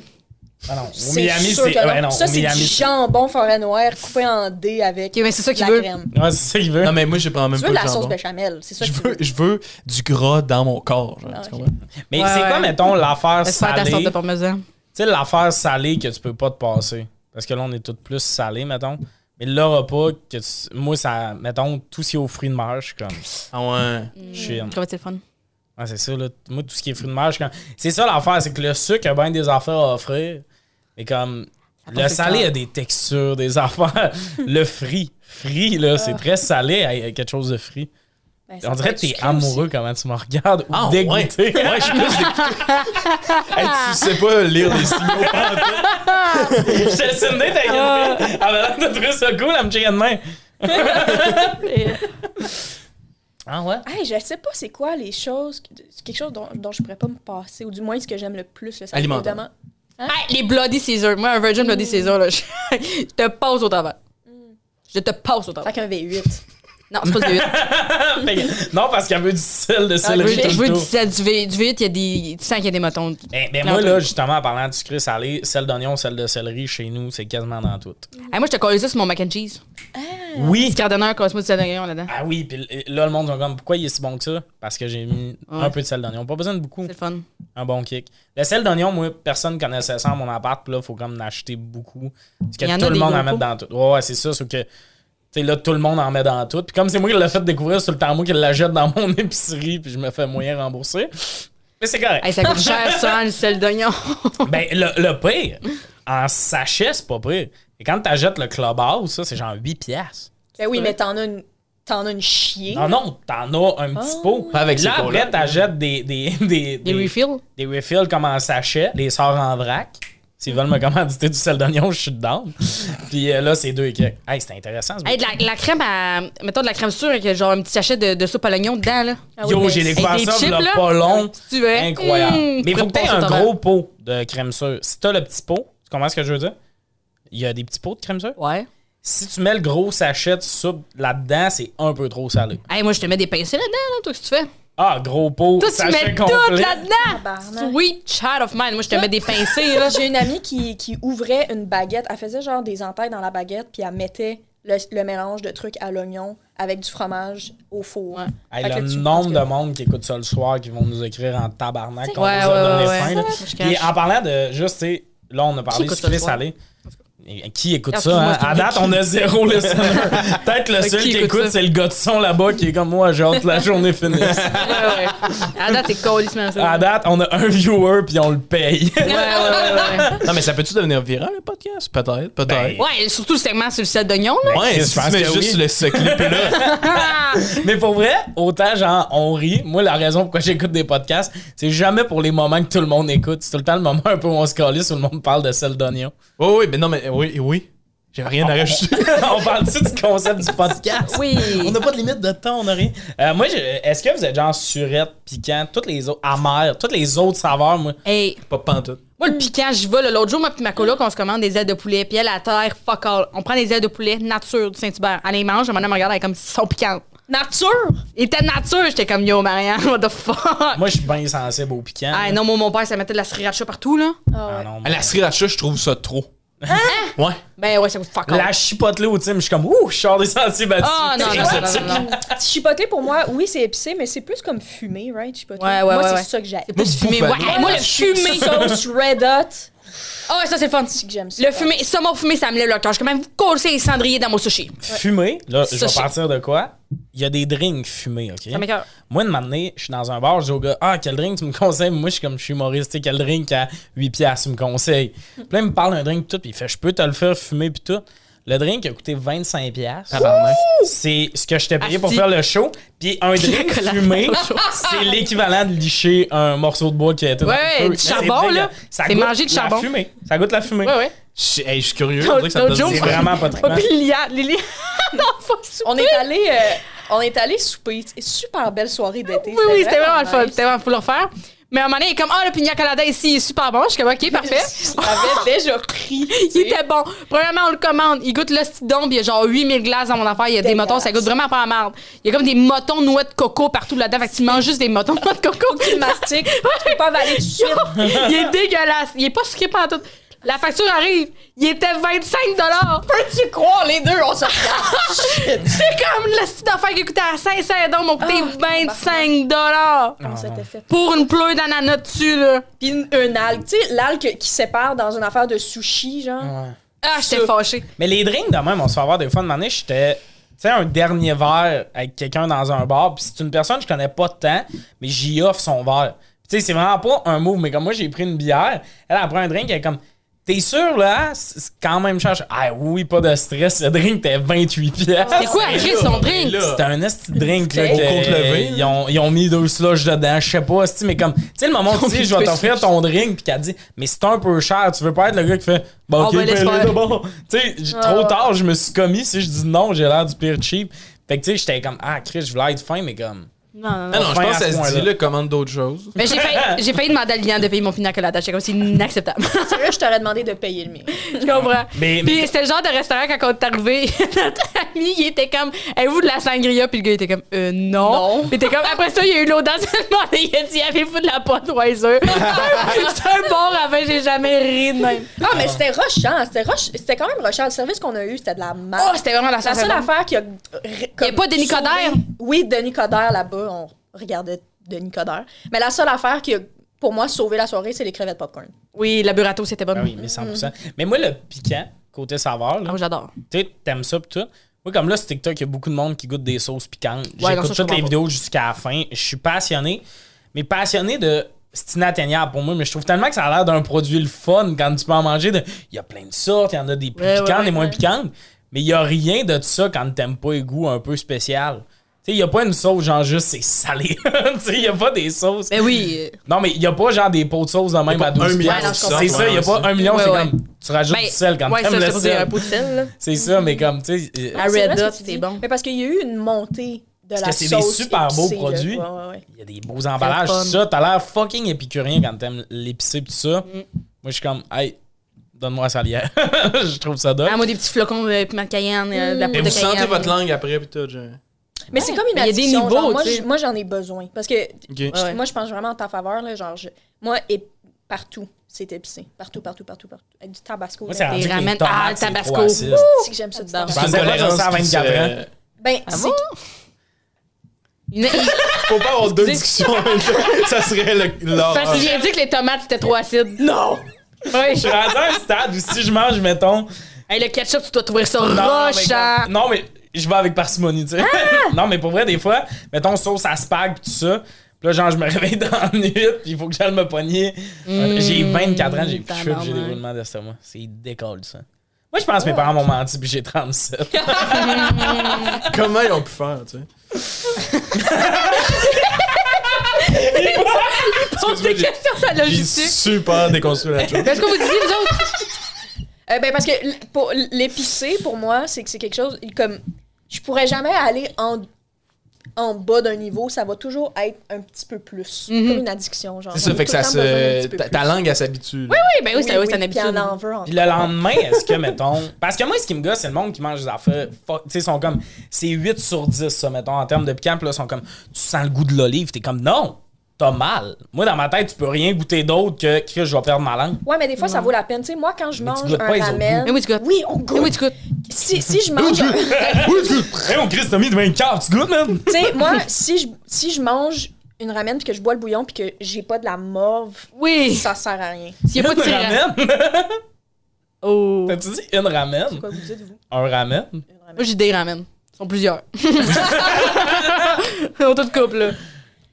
S1: Ah non, au
S4: C'est
S1: Miami,
S4: sûr
S1: c'est.
S4: que non.
S1: ouais, non,
S4: ça,
S1: au
S4: c'est du
S1: Miami, c'est-
S4: jambon forêt noire coupé en dés avec
S2: Ok, mais c'est ça qu'ils
S4: la
S2: veulent.
S4: crème.
S1: Ouais, c'est ça qu'il veut.
S3: Non, mais moi, je prends même
S4: Tu
S3: pas
S4: veux de
S3: de
S4: la sauce
S3: jambon.
S4: béchamel, c'est ça que
S3: Je
S4: tu Ah,
S3: veux, je veux du gras dans mon corps. genre, tu
S4: ok.
S3: comprends?
S1: mais
S2: Ouais,
S1: c'est quoi,
S2: ouais.
S1: mettons, l'affaire
S2: Laisse faire ta
S1: salée?
S2: sorte de
S1: Tu
S2: parmesan.
S1: sais, l'affaire salée que tu peux pas te passer. Parce que là, on est toutes plus salés, mettons. Mais le repas, que tu- moi, ça. Mettons, tout ce qui est aux fruits de mer, je suis comme.
S3: Ah ouais.
S4: Mm.
S1: Je suis.
S2: Je vais le fun.
S1: Ouais, c'est ça, là. Moi, tout ce qui est fruits de mer, je suis comme. C'est ça l'affaire, c'est que le sucre a bien des affaires à offrir. Mais comme.
S2: porte
S1: Le
S2: le
S1: salé
S2: cœur.
S1: a des <laughs> textures, des affaires. le frit. Frit, là, c'est très salé, il y a quelque chose de frit.
S4: Ben, Ah. Ben, ça
S1: On
S4: peut
S1: dirait
S4: être
S1: que t'es
S4: sucré aussi.
S1: amoureux comment tu me regardes ou
S3: Ah,
S1: dégoûté.
S3: Ouais, je suis plus dégoûté. Hey,
S1: <laughs>
S3: tu sais pas lire les signaux.
S1: Je te laisse une date avec une
S4: Ah.
S1: fille. Ah, ben Elle avait l'air de trouver ça cool, elle me checkait de
S4: <laughs>
S1: main. Ah ouais?
S4: <laughs> Hey, je sais pas c'est quoi les choses, que- c'est quelque chose dont, dont je pourrais pas me passer, ou du moins ce que j'aime le plus. Là, ça dépend
S3: Alimentaire.
S4: vraiment-
S2: Hey, les Bloody Caesar. Moi, un Virgin Bloody Caesar, là, <laughs> je, je te passe au travers. Je te passe au
S4: Fait
S2: travers.
S4: qu'un V8.
S2: Non, c'est pas
S1: <laughs>
S2: du 8.
S1: Fait que- non, parce qu'elle veut du sel
S4: Ah,
S1: de
S2: Je
S1: sel.
S2: veux, je veux du
S1: tout.
S2: sel, du 8, du 8, il y a des. Tu sens qu'il y a des motons.
S1: Ben, ben,
S2: Non,
S1: moi,
S2: tout.
S1: là, justement, en parlant de sucré salé, sel d'oignon, sel de céleri, chez nous, c'est quasiment dans tout.
S2: Hey, moi, je te colle ça sur mon mac and cheese.
S1: Oui!
S2: Petit quart d'honneur, casse-moi du sel d'oignon là-dedans.
S1: Ah oui, puis là, le monde sont comme, pourquoi il est si bon que ça? Parce que j'ai mis un
S2: Ouais.
S1: peu de sel d'oignon. Pas besoin de beaucoup.
S2: C'est le fun.
S1: Un bon kick. Le sel d'oignon, moi, personne connaissait ça à mon appart, puis là, faut comme en acheter beaucoup. Parce que
S2: Il y en a
S1: tout le
S2: des
S1: monde en
S2: gros
S1: met dans tout. Ouais, ouais, c'est ça, c'est que. Tu sais, là, tout le monde en met dans tout. Puis comme c'est moi qui l'ai fait découvrir, c'est tout le temps moi qui la jette dans mon <laughs> épicerie, puis je me fais moyen rembourser. Mais c'est correct.
S2: Hey, ça coûte cher, ça, hein, le
S1: <laughs>
S2: sel d'oignon.
S1: Ben, le, le pire, en sachet, c'est pas pire. Et quand t'achètes le clubhouse, ça, c'est genre 8 piastres.
S4: Ben oui,
S2: Ouais.
S4: mais t'en as une, t'en as une chier.
S1: Non, non, t'en as un petit
S4: Ah.
S1: pot.
S3: Pas avec ces
S1: Là,
S3: pots-là.
S1: après, t'achètes des, des, <laughs> des,
S2: Des refills.
S1: des refills comme en sachet, les sors en vrac. S'ils veulent me commanditer du sel d'oignon, je suis dedans. <laughs> Puis euh, là, c'est deux et quelques. Hey, c'était intéressant. ce
S2: Hey, de la, la crème à. Mettons de la crème sûre avec euh, genre un petit sachet de, de soupe à l'oignon dedans, là.
S4: Ah oui,
S1: Yo,
S4: ben,
S1: j'ai
S4: c'est-
S1: découvert
S2: Avec des
S1: ça,
S2: chips,
S1: là,
S2: là.
S1: pas long.
S2: Si tu veux.
S1: Incroyable.
S2: Mmh,
S1: Mais il
S2: tu
S1: faut que
S2: peux
S1: tu aies
S2: passer au
S1: un
S2: travers.
S1: gros pot de crème sûre. Si t'as le petit pot, tu comprends ce que je veux dire? Il y a des petits pots de crème sûre.
S2: Ouais.
S1: Si tu mets le gros sachet de soupe là-dedans, c'est un peu trop salé.
S2: Hey, moi, je te mets des pincées là-dedans, là, toi, qu'est-ce que tu fais?
S1: Ah, gros pot,
S2: Toi, tu
S1: sachet
S2: mets tout
S1: complet.
S2: là-dedans!
S4: Tabarnak.
S2: Sweet child of mine. Moi, je te mets des pincées, là.
S4: J'ai une amie qui, qui ouvrait une baguette. Elle faisait genre des entailles dans la baguette, puis elle mettait le, le mélange de trucs à l'oignon avec du fromage au four.
S2: Ouais.
S1: Hey,
S4: Fait que
S1: le
S4: tu-
S1: nombre
S4: parce
S1: de monde qui écoute ça le soir qui vont nous écrire en tabarnak qu'on
S2: Ouais,
S1: nous a donné
S2: ouais, ouais,
S1: faim, là.
S2: ouais. Je
S1: Et
S2: cache.
S1: en parlant de juste, tu sais, là, on a parlé
S2: écoute ça
S1: sucré
S2: le soir?
S1: salé. Et Qui écoute
S2: Ah,
S1: ça? hein?
S2: excuse-moi,
S1: À date, on a zéro listener.
S2: <laughs>
S1: Peut-être le
S2: Qui
S1: seul qui
S2: écoute
S1: écoute,
S2: ça?
S1: c'est le gars de son là-bas qui est comme moi, j'ai hâte que la journée
S2: <laughs>
S1: finisse.
S2: Ouais, ouais. À date, t'es colissement ça.
S1: À date, on a un viewer puis on le
S2: <laughs>
S1: paye.
S2: Ouais, ouais, ouais, ouais.
S3: Non, mais ça peut-tu devenir viral, le podcast? Peut-être, peut-être.
S1: Ben,
S2: Ouais, surtout le segment sur le sel d'oignon, là.
S3: Ouais,
S1: Chris,
S3: si
S1: je pense
S3: tu mets
S1: que
S3: juste
S1: oui.
S3: le ce <laughs> clip-là.
S1: Mais pour vrai, autant genre on rit. Moi, la raison pourquoi j'écoute des podcasts, c'est jamais pour les moments que tout le monde écoute. C'est tout le temps le moment un peu où on se calisse où le monde parle de sel d'oignon.
S3: Oui, oui, mais non, mais oui, oui. J'ai rien à rajouter.
S1: <laughs> on parle-tu du concept du podcast?
S2: Ah, Oui.
S1: On n'a pas de limite de temps, on n'a rien. Euh, moi, je- est-ce que vous êtes genre surette, piquant, toutes les autres, amères, toutes les autres saveurs, moi?
S2: Hey,
S3: Pas pantoute.
S2: moi, le piquant, j'y vais. là. L'autre jour, moi pis ma coloc, on se commande des ailes de poulet. Puis elle, à terre, fuck all. On prend des ailes de poulet nature du Saint-Hubert. Elle les mange, elle me regarde, elle est comme, sont piquantes.
S4: Nature!
S2: Il était nature, j'étais comme, yo, Marianne, what the fuck?
S1: Moi, je suis bien sensible au piquant.
S2: Ah non, moi, mon père, ça mettait de la sriracha partout, là.
S4: Ah
S1: Ah
S4: ouais.
S1: non, moi-
S3: À la sriracha, je trouve ça trop.
S4: Hein?
S3: Ouais.
S2: Ben ouais, ça coûte fuck all.
S1: la chipotelée au team, je suis comme, ouh, je sors des sentiers battus.
S2: Ah,
S1: <laughs>
S2: non, non, non, non, non, non.
S4: Chipoté pour moi, oui, c'est épicé, mais c'est plus comme fumé, right? Chipoté.
S2: Ouais, ouais,
S4: moi,
S2: ouais,
S4: c'est
S2: ouais.
S4: ça que j'aime.
S2: C'est plus fumé. Ouais,
S3: Bouffe à
S2: hey, moi, le <laughs> fumé.
S4: Sauce red hot.
S2: Ah ouais, ça, c'est le fun.
S4: que j'aime ça.
S2: Le fumé, ça, mon fumé, ça me lève le cœur. Je peux même vous coller les cendriers dans mon sushi.
S1: Fumé, là, je
S2: Ça,
S1: vais
S2: je-
S1: partir de quoi? Il y a des drinks fumés, OK?
S2: Ça m'écoeure.
S1: Moi, de m'amener, je suis dans un bar, je dis au gars, ah, quel drink tu me conseilles? Moi, je suis comme, je suis humoriste, tu sais, quel drink à 8 piastres tu me conseilles? Puis là, il me parle d'un drink, tout, puis il fait, je peux te le faire fumer, puis tout. Le drink a coûté 25 piastres. C'est ce que je t'ai payé pour
S2: Asti.
S1: faire le show. Puis un drink
S2: collation
S1: fumé, c'est l'équivalent de licher un morceau de bois qui a été dans
S2: Ouais,
S1: le feu.
S2: du
S1: Mais c'est
S2: charbon,
S1: dégueu.
S2: là.
S1: Ça
S2: C'est
S1: goûte
S2: manger du
S1: la
S2: charbon.
S1: fumée. Ça goûte la fumée.
S2: Ouais, ouais.
S3: Je suis- hey, je suis curieux. on
S2: L'autre-
S3: dirait que ça me
S2: l'autre
S3: donne
S2: jour,
S1: C'est
S3: des-
S1: vraiment pas trippant.
S2: Liliane, Liliane. <laughs> non, pas souper.
S4: On est allé, euh, on est allé souper. C'est une Super belle soirée d'été.
S2: Oui, oui, c'était vraiment le fun.
S4: nice.
S2: C'était vraiment pour le refaire. Mais à un moment donné, il est comme, ah, le pina colada ici, il est super bon. Je suis comme, ok, parfait.
S4: Je <laughs> l'avais déjà pris. tu
S2: Il
S4: sais.
S2: était bon. Premièrement, on le commande. Il goûte l'ostidon, puis il y a genre 8000 glaces dans mon affaire. Il y a des
S4: Dégueulasse.
S2: motons, ça goûte vraiment pas la merde. Il y a comme des motons noix de coco partout là-dedans. Fait que tu manges juste des motons noix de coco.
S4: Tu
S2: <laughs>
S4: le <laughs> mastiques. Tu peux pas avaler tout de suite.
S2: il est dégueulasse. Il est pas sucré tout. La facture arrive. Il était 25
S4: Peux-tu croire, les deux, on se <laughs> regarde. Shit.
S2: C'est comme l'hostie d'affaire qui coûtait à 500 donc mon
S4: Ah,
S2: coûté 25
S4: On s'était fait.
S2: pour une pleure d'ananas dessus, là.
S4: Puis une, une algue. Tu sais, l'algue qui sépare dans une affaire de sushi, genre.
S1: Ouais.
S2: Ah, j'étais
S4: Ça.
S2: fâchée.
S1: Mais les drinks, de même, on se fait avoir des fois. De manière, j'étais, tu sais, un dernier verre avec quelqu'un dans un bar. Puis c'est une personne que je connais pas tant, mais j'y offre son verre. Puis Tu sais, c'est vraiment pas un move. Mais comme moi, j'ai pris une bière, elle, elle prend un drink, elle est comme. T'es sûr, là? C'est c'est quand même cher. Ah oui, pas de stress. Le drink, t'es 28 pièces.
S2: C'est quoi, Chris, son drink?
S3: là.
S1: C'était un esti de drink là,
S4: Au
S1: que-
S3: compte levé.
S1: Ils ont, ils ont mis deux slushs dedans, je sais pas, esti, mais comme tu sais le moment où tu dis je vais t'offrir ton drink puis qu'elle dit mais c'est un peu cher, tu veux pas être le gars qui fait bah
S2: On
S1: OK,
S2: va laisser
S1: ben, Ah.
S2: faire.
S1: bon. Tu sais, j- trop tard, je me suis commis si je dis non, j'ai l'air du pire cheap. Fait que tu sais, j'étais comme ah Chris, je voulais être fin mais comme
S2: Non, non,
S3: Ah
S2: non.
S3: non, je
S1: Fin
S3: pense
S1: à ce
S3: que ça se dit,
S1: point-là.
S3: là, commande d'autres choses.
S2: Mais Ben, j'ai
S1: <laughs>
S2: failli, j'ai failli demander à Liliane de payer mon pina colada. J'étais comme, c'est inacceptable. <laughs>
S4: Sérieux, je t'aurais demandé de payer le mien.
S2: Je comprends.
S1: Mais-
S2: Puis
S1: mais-
S2: c'était le genre de restaurant, quand on est arrivé, <laughs> notre ami, il était comme, avez-vous de la sangria? Puis le gars, il était comme, euh, non.
S4: Non.
S2: Il était comme, après ça, il y a eu l'audace de demander, il a dit, avez-vous de
S1: <laughs>
S2: la Budweiser? c'est un- c'est un bon ravin, j'ai jamais ri de même.
S4: Ah, mais c'était rushant. C'était rush- c'était quand même rushant. Le service qu'on a eu, c'était de la merde.
S2: Oh, c'était vraiment la
S4: Ah.
S2: seule
S4: la seule
S2: affaire.
S4: affaire qui a. Il
S2: y a pas Denis Coderre?
S4: Oui, Denis Coderre là-bas. On regardait Denis Coderre. Mais la seule affaire qui a, pour moi, sauvé la soirée, c'est les crevettes popcorn.
S2: Oui, la burrata, c'était bonne.
S1: Ah oui, mais 100%. Mais moi le piquant côté saveur là,
S2: Ah, j'adore.
S1: tu sais, t'aimes ça pis tout. Moi, comme là, sur TikTok, il y a beaucoup de monde qui goûte des sauces piquantes.
S2: non, ça, je
S1: J'écoute toutes
S2: comprends
S1: les
S2: pas.
S1: vidéos jusqu'à la fin. Je suis passionné, mais passionné de. C'est inatteignable pour moi, mais je trouve tellement que ça a l'air d'un produit le fun quand tu peux en manger. de- Il y a plein de sortes, il y en a des plus
S2: Ouais, ouais,
S1: piquantes,
S2: ouais,
S1: des moins
S2: ouais.
S1: piquantes, mais il y a rien de ça quand t'aimes pas les goûts un peu spécial. Tu sais, il y a pas une sauce genre juste c'est salé. <laughs> tu sais, il y a pas des sauces.
S2: Mais Ben oui. euh,
S1: Non, mais il y a pas genre des pots de sauce de même
S3: pas
S1: à 12
S3: un million
S1: piastres.
S4: de sortes,
S1: C'est ça, il y a
S3: ouais,
S1: pas
S3: ouais,
S1: un million,
S2: ouais,
S1: c'est
S2: ouais.
S1: comme tu rajoutes
S2: Ben,
S1: du sel quand
S2: ouais,
S1: t'aimes
S2: ça,
S1: le
S2: c'est pour dire un
S1: sel.
S2: pot de sel, là.
S1: C'est ça,
S2: Mm-hmm.
S1: mais comme, tu sais, euh,
S2: À
S4: C'est
S2: Red
S4: vrai ce que
S2: Dot,
S4: tu
S2: c'était
S4: dis.
S2: bon.
S4: Mais parce qu'il y a eu une montée de la
S1: que
S4: sauce.
S1: c'est des super beaux
S4: épicée, là.
S1: produits.
S4: Ouais, ouais, ouais.
S1: il y a des beaux emballages,
S2: Très fun.
S1: tout ça. T'as l'air fucking épicurien quand t'aimes l'épicé pis tout ça.
S2: Mm.
S1: Moi, je suis comme, hey, donne-moi ça lière. <laughs> je trouve ça dope.
S2: Ah, moi, des petits flocons de piment de cayenne, euh, de la
S4: Mm.
S2: poudre de
S3: Et vous
S2: cayenne.
S3: sentez votre langue après, puis tout. genre.
S4: Mais c'est comme une
S2: mais il y a des
S4: addiction.
S2: niveaux,
S4: genre, moi,
S2: tu sais.
S4: je- moi, j'en ai besoin. Parce que
S3: Ok.
S4: je-
S2: Ouais.
S4: moi, je pense vraiment en ta faveur. Là, genre, je- moi, et partout, c'est épicé. Partout, partout, partout, partout. Avec du tabasco.
S1: Moi,
S4: là.
S1: c'est rendu que les
S2: ramen-
S1: tomates,
S2: Ah,
S1: c'est
S2: Tabasco.
S1: trop acide.
S4: C'est que j'aime ça. du
S2: J'adore.
S4: tabasco.
S1: Je pensais pas dire ça à 24 ans.
S4: Ben,
S2: Ah
S4: c'est
S2: bon? Une-
S3: Faut pas avoir deux
S2: Excusez.
S3: discussions <laughs> en même temps. Ça serait le.
S1: Ah,
S3: l'or-
S2: Parce que j'ai dit que les tomates, c'était trop acide.
S1: Non!
S2: Oui.
S1: Je suis rendu à un stade où si je mange, mettons.
S2: Hey, le ketchup, tu dois trouver ça
S1: Non, mais
S2: rochant. <laughs>
S1: comme- Non, mais je vais avec parcimonie, tu sais. <laughs> non, mais pour vrai, des fois, mettons sauce à spag pis tout ça. Pis là, genre, je me <laughs> réveille dans la nuit pis il faut que j'aille me pogner. j'ai 24 ans, j'ai plus de cheveux pis j'ai des
S2: tabarnak.
S1: roulements d'estomac. C'est décolle, ça. Moi, je pense que mes parents m'ont menti pis j'ai 37.
S3: Comment ils ont pu faire, tu sais?
S2: Pose des
S3: Excuse-moi,
S2: questions sur la
S3: J'ai
S2: logistique.
S3: super déconstruit la chose.
S2: Qu'est-ce que vous disiez, vous autres?
S4: Euh, ben parce que l- pour l'épicé, pour moi, c'est que c'est quelque chose comme je pourrais jamais aller en en bas d'un niveau, ça va toujours être un petit peu plus,
S2: Mhm.
S4: comme une addiction genre.
S3: C'est ça,
S4: On a
S3: fait que
S4: tout le
S3: ça
S4: temps besoin d'un
S3: se.
S4: petit peu
S3: Ta,
S4: plus.
S3: ta langue, elle s'habitue. là.
S2: Oui, ben oui, c'est oui, c'est un
S4: puis
S2: habitude.
S4: on en veut encore.
S1: Puis le lendemain, est-ce que, mettons. Parce que moi, ce qui me gosse, c'est le monde qui mange des affaires. fuck- Tu sais, ils sont comme. C'est 8 sur 10, ça, mettons, en termes de piquant. Puis là, ils sont comme. Tu sens le goût de l'olive. T'es comme, non, t'as mal. Moi, dans ma tête, tu peux rien goûter d'autre que, que je vais perdre ma langue.
S4: Ouais, mais des fois ça vaut la peine, tu sais moi quand je
S1: Mais tu
S4: mange
S1: goûtes
S4: un
S1: pas les autres
S4: ramen.
S1: goûts.
S2: Mais oui, tu goûtes.
S4: Oui, on
S2: Eh
S4: goûte.
S2: oui, tu goûtes.
S4: Si, si je mange un-
S1: Hey, on Chris, t'as mis de 24, tu goûtes, man.
S4: tu sais moi si je si je mange une ramen puis que je bois le bouillon puis que j'ai pas de la morve,
S2: Oui.
S4: ça sert à rien.
S2: S'il n'y a pas de
S1: Une
S2: tyran.
S1: ramen.
S2: Oh. Moi,
S1: T'as-tu dit une ramen?
S4: Quoi vous dites vous
S1: Un ramen?
S4: Une ramen.
S2: j'ai des ramen. Ils
S1: <laughs>
S2: sont plusieurs. On tout couple, là.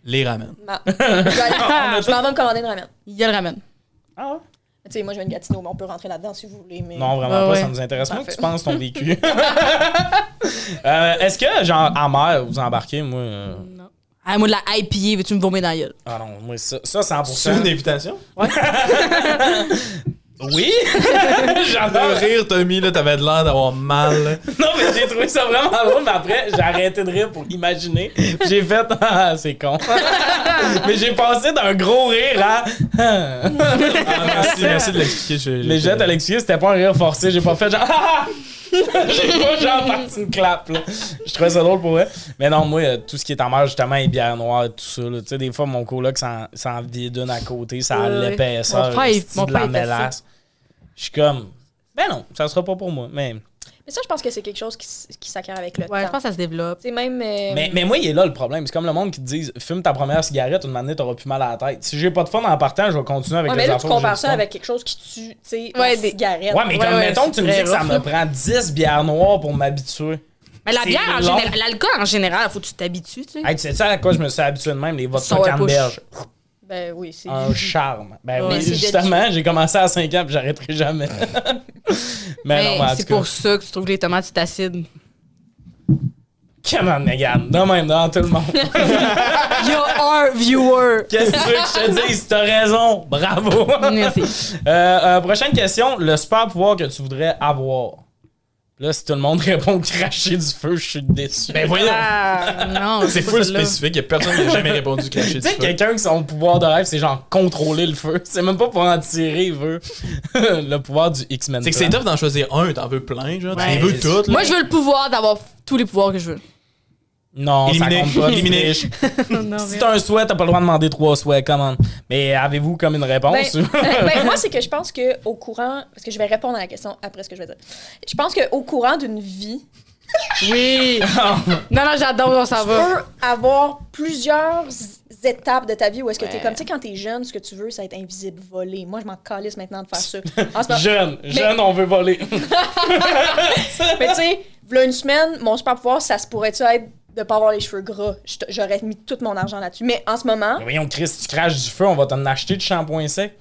S3: Les ramènes.
S4: Ma- Je vais aller- je m'en vais me commander une ramen.
S2: Il y a le ramen.
S1: Ah ouais?
S4: Tu sais, moi, je viens de Gatineau, mais on peut rentrer là-dedans si vous voulez. Mais...
S1: Non, vraiment
S2: Ah
S1: pas,
S2: ouais.
S1: ça nous intéresse moins que
S4: Parfait.
S1: tu penses ton vécu. <laughs> Euh, Est-ce que, genre, en mer, vous embarquez, moi. euh,
S2: Non. Ah, moi, de la IPA, veux-tu me vomir dans la gueule?
S1: Ah non, moi, ça, ça 100%.
S3: C'est une invitation?
S1: Oui! <laughs> J'adore!
S3: Ah, Le rire, Tommy, là, t'avais l'air d'avoir mal. là.
S1: Non, mais j'ai trouvé ça vraiment drôle, mais après, j'ai arrêté de rire pour imaginer. J'ai fait, <laughs> ah, c'est con. mais j'ai passé d'un gros rire à. <laughs> ah.
S3: Ah, merci, merci de l'expliquer. je-
S1: mais
S3: je-
S1: j'ai à l'excuse, c'était pas un rire forcé, j'ai pas fait genre. <laughs> Ah! j'ai pas genre parti une clap, là. Je trouvais ça drôle pour vrai. Mais non, moi, euh, tout ce qui est en mer, justement, les bières noires, tout ça, là. Tu sais, des fois, mon coloc s'en s'en vide d'une à côté, ça a
S2: Ouais, ouais.
S1: l'épaisseur,
S2: Mon père, il-
S1: esti
S2: mon
S1: de la
S2: père, il fait ça.
S1: mélasse. Je suis comme, ben non, ça sera pas pour moi, mais.
S4: Mais ça, je pense que c'est quelque chose qui, s- qui s'acquiert avec le
S2: Ouais, je
S4: temps.
S2: pense que ça se développe.
S4: C'est même. euh,
S1: Mais, mais moi, il est là le problème. C'est comme le monde qui te dit fume ta première cigarette, une manette, t'auras plus mal à la tête. Si j'ai pas de fun en partant, je vais continuer avec
S4: ouais,
S1: les
S4: mais là, tu
S1: affaires où j'ai
S4: compares
S1: du
S4: ça
S1: fun.
S4: avec quelque chose qui tue, tu sais,
S2: Ouais,
S4: la
S2: des-
S4: cigarette.
S1: Ouais, mais
S2: Ouais,
S1: comme
S2: ouais,
S1: mettons que tu me dis
S2: c'est
S1: que ça
S2: rough,
S1: me
S2: là.
S1: prend 10 bières noires pour m'habituer.
S2: Mais la
S1: C'est
S2: bière, en
S1: long.
S2: général, l'alcool en général, faut que tu t'habitues, tu sais.
S1: Hey, tu sais ça à quoi je me suis habitué de même, les vodka
S2: Sour push.
S1: Canberge.
S4: Ben oui, c'est.
S1: un charme. Ben
S2: Ouais,
S1: oui,
S4: c'est de
S1: justement, j'ai commencé à 5 ans puis j'arrêterai jamais. <laughs> mais, ben non, mais en
S2: c'est
S1: tout cas,
S2: pour ça que tu trouves que les tomates c'est acide.
S1: come on, Megan, de même dans tout le
S2: <laughs>
S1: monde.
S2: Il y a un viewer.
S1: Qu'est-ce que tu veux que je te dise? T'as raison, bravo.
S2: Merci.
S1: <laughs> Euh, euh, prochaine question, le super pouvoir que tu voudrais avoir. Là, si tout le monde <laughs> répond cracher du feu, je suis déçu.
S3: Ben voyons!
S2: Ah, non,
S3: <laughs> C'est
S2: pas
S3: full
S2: celle-là.
S3: spécifique, y a personne qui a jamais
S1: <laughs>
S3: répondu cracher
S1: Tu
S3: du
S1: sais,
S3: feu.
S1: quelqu'un qui son pouvoir de rêve, c'est genre contrôler le feu. C'est même pas pour en tirer, il veut. <laughs> le pouvoir du X-Men.
S3: C'est que c'est tough d'en choisir un, t'en veux plein, genre.
S1: Ouais.
S3: tu les veux toutes, là.
S2: Moi, je veux le pouvoir d'avoir tous les pouvoirs que je veux.
S1: Non,
S3: Éliminer.
S1: ça compte pas.
S3: Éliminer.
S4: <laughs>
S1: Éliminer. Si t'as un souhait, t'as pas le droit de demander trois souhaits, comment? Mais avez-vous comme une réponse? <laughs>
S4: Ben, <laughs> ben, moi, c'est que je pense que au courant, parce que je vais répondre à la question après ce que je vais dire. Je pense que au courant d'une vie,
S2: Oui. non, non, j'adore, on s'en
S4: tu
S2: va.
S4: peux avoir plusieurs étapes de ta vie où est-ce que t'es
S2: Ouais.
S4: comme tu sais quand t'es jeune, ce que tu veux, c'est être invisible, voler. Moi, je m'en calisse maintenant de
S1: <laughs>
S4: faire ça. En ce moment-
S1: jeune, jeune, on veut voler.
S4: mais tu sais, v'là une semaine, mon super pouvoir, ça se pourrait tu être de pas avoir les cheveux gras. Je t- J'aurais mis tout mon argent là-dessus. Mais en ce moment,
S1: Mais Ben, Voyons, Chris, si tu craches du feu, on va t'en acheter du shampoing sec.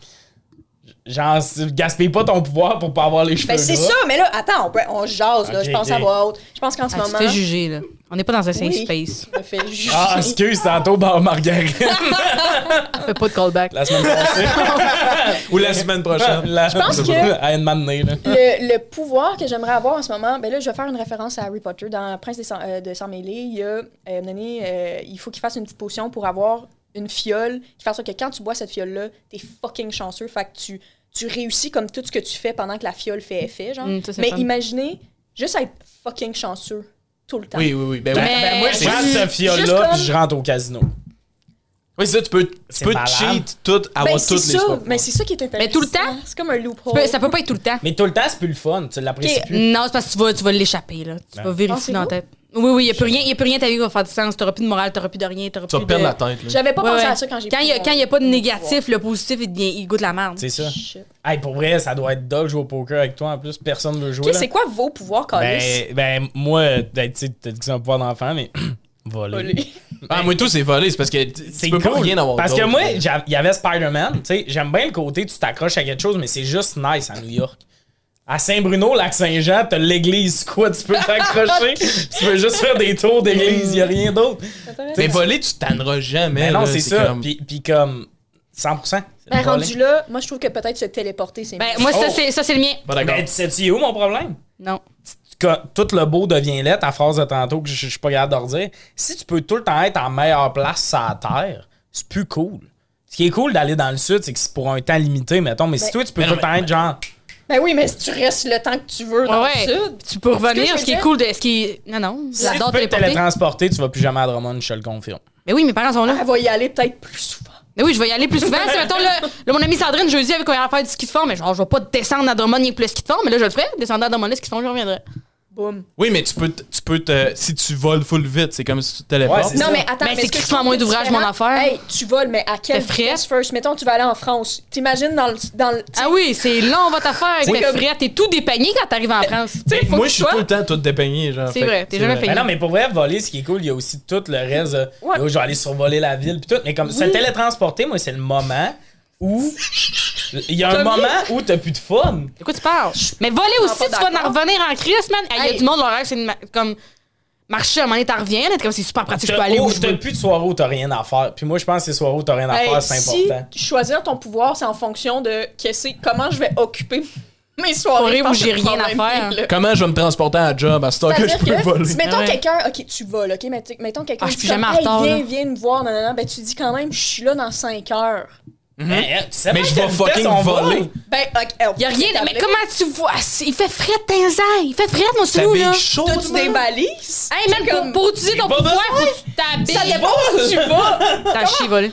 S1: Genre, c'est- gaspille pas ton pouvoir pour pas avoir les cheveux.
S4: ben c'est
S1: gras.
S4: ça. Mais là, attends, on, peut- on jase là.
S1: Ok,
S4: je pense
S1: ok.
S4: à voix haute. Je pense qu'en ce
S2: Ah, tu te
S4: moment,
S2: fais juger, là. On n'est pas dans un safe
S4: Oui.
S2: space.
S4: je me fais juger.
S1: Ah, excuse, tantôt, bah, margarine.
S2: On fait pas de
S4: <laughs>
S2: callback.
S1: La semaine passée.
S3: Ou la semaine prochaine.
S1: La-
S4: pense que-
S1: À une matinée, là.
S4: le, le pouvoir que j'aimerais avoir en ce moment, ben là, je vais faire une référence à Harry Potter. Dans Prince des Sang- euh, de Sang Mêlé, il y a euh, à un moment donné, euh, il faut qu'il fasse une petite potion pour avoir une fiole qui fasse que quand tu bois cette fiole-là, t'es fucking chanceux. Fait que tu, tu réussis comme tout ce que tu fais pendant que la fiole fait effet, genre.
S2: Mm, ça, c'est
S4: Mais
S2: fun.
S4: imaginez juste être fucking chanceux tout le temps.
S3: Oui, oui, oui. Ben oui.
S2: Mais-
S1: Ben, moi, je
S2: c'est
S1: prends
S2: juste-
S1: ce
S4: juste
S1: fiole-là,
S4: comme-
S1: puis je rentre au casino.
S3: Oui, c'est ça, tu peux, tu
S1: C'est
S3: peux
S1: malade.
S3: cheat tout, avoir
S4: Ben,
S3: toutes
S4: c'est
S3: les
S4: ça,
S3: sports.
S4: mais c'est ça qui est intéressant.
S2: Mais tout le temps?
S4: C'est comme un
S2: Tu
S4: loophole.
S2: peux- ça peut pas être tout le temps.
S1: Mais tout le temps, c'est plus le fun. Tu l'apprécies
S4: Ok. mm.
S1: plus.
S2: Non, c'est parce que tu vas, tu vas l'échapper, là. Tu
S1: Ben.
S2: vas
S4: Pensez-vous?
S2: vérifier dans la tête. Oui, oui, il n'y a plus rien, y a plus rien ta vie qui va faire du sens. T'auras plus de morale, t'auras plus de rien, t'auras
S3: Tu
S2: plus
S3: vas
S2: de...
S3: perdre la tête, là.
S4: J'avais pas
S2: Ouais,
S4: pensé
S2: ouais.
S4: à ça quand j'ai
S2: Quand il
S4: pris
S2: n'y a,
S4: mon-
S2: quand y a pas de
S4: mon
S2: négatif, le positif, il, devient- il goûte la merde.
S1: C'est ça.
S4: pouvoir. Shit.
S1: Hey, pour vrai, ça doit être dole jouer au poker avec toi. En plus, personne veut jouer.
S4: Ok,
S1: là.
S4: c'est quoi vos pouvoirs, Calis?
S1: Ben, ben, moi, euh, ben, tu sais, t'as dit que c'est un pouvoir d'enfant, mais <clears throat> voler.
S3: Ah, moi, tout, c'est volé. C'est parce que tu
S1: C'est
S3: tu peux pas
S1: cool.
S3: rien avoir
S1: Parce que
S3: d'autre,
S1: moi,
S3: là.
S1: j'a- il y avait Spider-Man. tu sais, J'aime bien le côté, tu t'accroches à quelque chose, mais c'est juste nice à New York. À Saint-Bruno, Lac-Saint-Jean, t'as l'église, quoi. Tu peux
S4: <laughs>
S1: t'accrocher, tu peux juste faire des tours d'église, il a rien d'autre.
S3: Mais voler, tu t'anneras jamais.
S1: Mais Ben non,
S3: là,
S1: c'est ça.
S3: comme-
S1: Puis, puis comme 100%.
S4: Ben,
S1: voler.
S4: rendu là, moi, je trouve que peut-être se téléporter, c'est
S2: Ben,
S4: mieux.
S2: moi, ça,
S1: Oh.
S2: c'est ça, c'est le mien.
S3: Bon, d'accord.
S1: Ben, tu sais-tu où mon problème?
S2: Non.
S1: que tout le beau devient laid, ta phrase de tantôt que je je suis pas capable de redire, si tu peux tout le temps être en meilleure place sur la Terre, c'est plus cool. Ce qui est cool d'aller dans le sud, c'est que c'est pour un temps limité, mettons, mais si
S4: Ben-
S1: toi, tu peux
S3: Mais
S1: tout
S3: non,
S1: le temps être genre...
S4: Ben oui, mais si tu restes le temps que tu veux dans
S2: Ouais,
S4: le
S2: ouais.
S4: sud.
S2: Tu peux
S4: Est-ce que
S2: revenir,
S4: je
S2: ce qui est
S4: veux
S2: cool de. Ce qui est- Non, non.
S1: Si tu
S2: J'adore
S1: peux te
S2: téléporter.
S1: télétransporter, tu vas plus jamais à Drummond, je te le confirme.
S2: Mais oui, mes parents sont là.
S4: Elle va y aller peut-être plus souvent.
S2: Mais oui, je vais y aller plus souvent. Si, mettons, là, là, mon amie Sandrine, jeudi, avec qu'on ira faire du ski de fond, mais genre, je vais pas descendre à Drummond rien que pour le ski de fond, mais là, je le ferai. Descendre à Drummond, le ski de fond, je reviendrai.
S4: Boum.
S3: Oui, mais tu peux, te- tu peux te. Si tu voles full vite, c'est comme si tu te téléportes.
S1: Ouais, c'est
S4: Non,
S1: ça.
S4: mais attends,
S2: Ben, c'est
S4: ce que je
S2: crissement
S4: trouve
S2: moins
S4: qui est
S2: d'ouvrage,
S4: différent-
S2: mon affaire.
S4: Hey, tu voles, mais à quelle
S2: Le fret.
S4: vitesse first? Mettons, tu vas aller en France. T'imagines dans le. Dans le
S2: Ah oui, c'est long, votre affaire.
S4: Oui,
S2: T'es
S4: comme-
S2: frais, t'es tout dépeigné quand t'arrives en France.
S4: tu sais, faut
S3: moi,
S4: que
S3: je suis
S4: tu sois-
S3: tout le temps tout dépeigné. genre.
S2: C'est
S3: Fait que
S2: vrai, t'es jamais
S1: Mais
S2: payé.
S1: non, mais pour vrai, voler, ce qui est cool, il y a aussi tout le reste. de,
S4: Ouais.
S1: Yo, je vais aller survoler la ville, puis tout. Mais comme se
S4: Oui.
S1: télétransporter, moi, c'est le moment où... Il y a
S4: T'as
S1: un
S4: mis-
S1: moment où t'as plus de fun.
S2: De quoi tu parles? Mais voler aussi,
S4: pas
S2: tu vas en
S4: d'accord.
S2: revenir en crise, man. Il y a
S4: Hey.
S2: du monde, leur rêve, c'est de ma- comme marcher, à un moment donné, t'en reviens, là, t'es comme c'est super pratique, je peux
S1: T'as
S2: aller où
S1: oh,
S2: je
S1: t'as
S2: veux.
S1: plus de soirée où t'as rien à faire. Puis moi, je pense que ces soirées où t'as rien à
S4: Hey,
S1: faire, c'est
S4: si
S3: hein.
S1: important.
S4: choisir ton pouvoir, c'est en fonction de qu'est-ce- comment je vais occuper <laughs> mes
S2: Soirée
S4: soirées. je pense
S2: où
S4: que
S2: j'ai
S4: le
S2: rien à
S4: problème
S2: faire.
S4: est là.
S3: Comment je vais me transporter à la job à ce temps que je
S4: C'est-à-dire
S3: peux
S4: que,
S3: voler?
S4: si, mettons
S2: Ouais.
S4: quelqu'un, ok, tu voles, ok, mais tu- mettons quelqu'un
S2: Ah, je
S4: dit
S2: suis
S4: comme,
S2: jamais en
S4: hey,
S2: retard,
S4: viens,
S2: là.
S4: viens me voir, non, non, non, ben tu dis quand même, je suis là dans 5 heures.
S2: Hein?
S1: Mais, eh, tu sais
S3: Mais
S1: pas
S3: je
S1: quelle
S3: vais fucking
S1: vitesse on vole.
S3: voler.
S4: Ben, ok,
S2: Il y a rien, de- mais comment tu vois? Ah, C'est- Il fait frais, t'inzai. Il fait frais, mon
S3: Ça
S2: sou, là.
S3: chaud,
S4: T'as-tu des balises?
S2: Hey, même pour, pour utiliser ton
S1: J'ai pas
S2: pouvoir,
S1: besoin.
S2: faut que tu t'habilles.
S4: Ça dépend où tu vas.
S2: T'as chié, voler.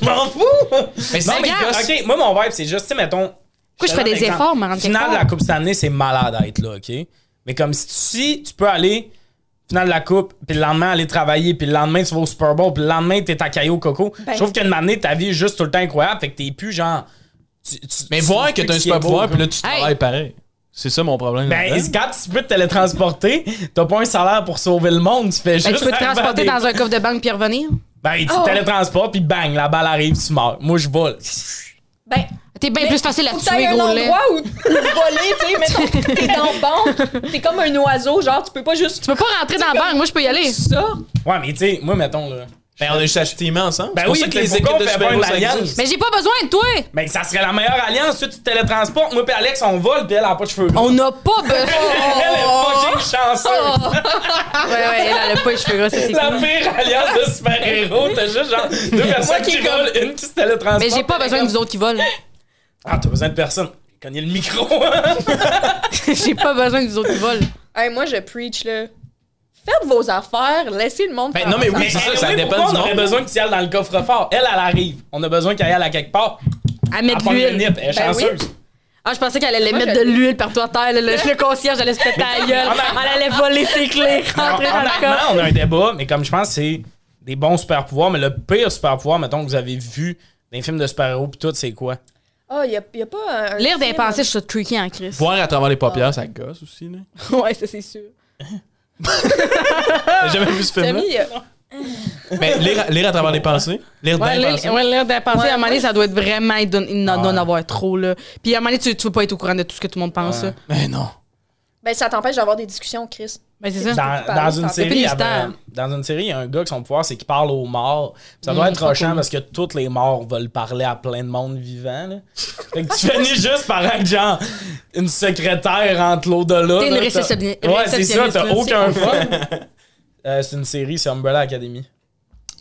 S1: Je m'en fous!
S3: Mais
S1: Non,
S3: c'est
S1: mais
S2: regarde.
S1: ok, moi, mon vibe, c'est juste, tu sais, mettons.
S2: Pourquoi je
S1: te
S2: fais
S1: donne
S2: des
S1: un exemple.
S2: efforts, me rendre
S1: Finale de
S2: quelque
S1: la Coupe cette année, c'est malade à être là, ok? Mais comme si tu, si tu peux aller, finale de la Coupe, puis le lendemain, aller travailler, puis le lendemain, tu vas au Super Bowl, puis le lendemain, t'es à Caillou Coco.
S4: Ben.
S1: Je trouve qu'une année, ta vie est juste tout le temps incroyable, fait que t'es plus genre. tu- tu-
S3: Mais
S1: tu-
S3: voir
S1: tu-
S3: que t'as un
S1: tu-
S3: super pouvoir, puis là, hein? tu
S2: Hey.
S3: travailles pareil. C'est ça mon problème.
S1: Ben,
S3: là-dedans.
S1: quand tu peux te télétransporter, t'as pas un salaire pour sauver le monde, tu fais
S2: Ben,
S1: juste.
S2: tu peux
S1: <laughs>
S2: te
S1: arriver à
S2: transporter
S1: des-
S2: dans un coffre de banque puis revenir.
S1: Ben, tu
S4: Oh.
S1: télétransportes, puis bang, la balle arrive, tu meurs. Moi, je vole.
S4: Ben,
S2: T'es bien
S4: mais
S2: plus facile à
S4: faut que t'ailles
S2: tuer,
S4: un
S2: gros lait.
S4: endroit où voler, <laughs> tu sais, mettons, t'es dans le banc, t'es comme un oiseau, genre, tu peux pas juste
S2: Tu peux pas rentrer dans la banque, moi je peux y aller.
S4: ça.
S1: Ouais, mais tu sais, moi, mettons, là.
S3: Ben, on a juste acheté aimant ensemble.
S1: Ben
S3: c'est pour
S1: oui,
S3: ça que
S1: c'est
S3: les
S1: pourquoi
S3: équipes de
S1: on fait pas
S3: super-héros,
S1: une
S3: ça
S1: alliance?
S3: existe.
S2: Mais j'ai pas besoin de toi!
S1: Ben, ça serait la meilleure alliance. Toi, tu te télétransportes. Moi, puis Alex, on vole, puis elle a pas de cheveux.
S2: On n'a pas
S1: <laughs> Elle est
S2: besoin!
S1: fucking chanceuse.
S2: <laughs> Oh. Ouais, ouais, elle a pas les cheveux gras, ça, c'est
S1: La
S2: cool.
S1: pire alliance de super-héros. T'as juste, genre, deux personnes qui, volent, une qui se télétransporte.
S2: Mais j'ai pas besoin de vous autres qui volent. <laughs>
S1: Ah, t'as besoin de personne. J'ai cogné le micro. hein.
S2: J'ai pas besoin de vous autres qui volent.
S4: Hey, moi, je preach, là. Faites vos affaires, laissez le monde
S3: Ben,
S4: faire
S3: non, mais
S4: ça.
S3: oui, c'est ça, ça
S1: anyway,
S3: dépend
S1: pourquoi
S3: du
S1: on aurait
S3: monde.
S1: besoin que tu y ailles dans le coffre-fort. Elle, elle arrive. On a besoin qu'elle aille à quelque part.
S2: À
S1: Elle
S2: mettre
S1: prend le
S2: l'huile.
S1: nip. Elle est
S4: Ben oui.
S1: chanceuse.
S2: Ah, je pensais qu'elle allait
S4: Moi,
S2: mettre
S4: je-
S2: de l'huile partout à terre. là, le, le concierge allait se péter à la gueule. Elle allait voler ses clés,
S1: Alors,
S2: rentrer dans le coffre.
S1: honnêtement, on a un débat, mais comme je pense, c'est des bons super-pouvoirs, mais le pire super-pouvoir, mettons, que vous avez vu dans les films de super-héros pis tout, c'est quoi?
S4: Ah, y a, y a pas un. un
S2: Lire des
S4: film-
S2: pensées, je suis creaky en crise.
S3: Voir à travers les paupières, ça gosse aussi. là.
S4: ouais, ça, c'est sûr.
S3: T'as jamais vu ce film-là?
S4: Tommy, euh,
S3: Mais lire, lire à travers les pensées. Lire dans
S2: Ouais,
S3: les
S2: lire,
S3: pensées.
S2: ouais, lire des pensées,
S4: Ouais,
S2: à un moment donné, ça doit être vraiment. Il doit il doit en
S1: Ouais.
S2: avoir trop, là. Puis à un moment donné, tu, tu veux pas être au courant de tout ce que tout le monde pense,
S1: Ouais.
S2: là.
S3: Mais non.
S4: Ben, ça t'empêche d'avoir des discussions, Chris.
S2: Ben, c'est ça.
S4: peux
S1: Dans,
S4: pas
S1: dans
S4: aller,
S1: une
S4: t'en
S1: série,
S2: fais plus
S1: il y a-
S2: mystère.
S1: dans une série, il y a un gars que son pouvoir, c'est qu'il parle aux morts. Puis ça doit
S2: Mm,
S1: être
S2: pas
S1: rochant
S2: cool.
S1: parce que tous les morts veulent parler à plein de monde vivant. là. fait que tu <laughs> finis juste par être genre une secrétaire entre l'au-delà.
S2: T'es une
S1: là,
S2: réceptionniste-
S1: t'as- Ouais, c'est ça, t'as
S2: réceptionniste, là,
S1: aucun fun. Euh, c'est une série, c'est Umbrella Academy.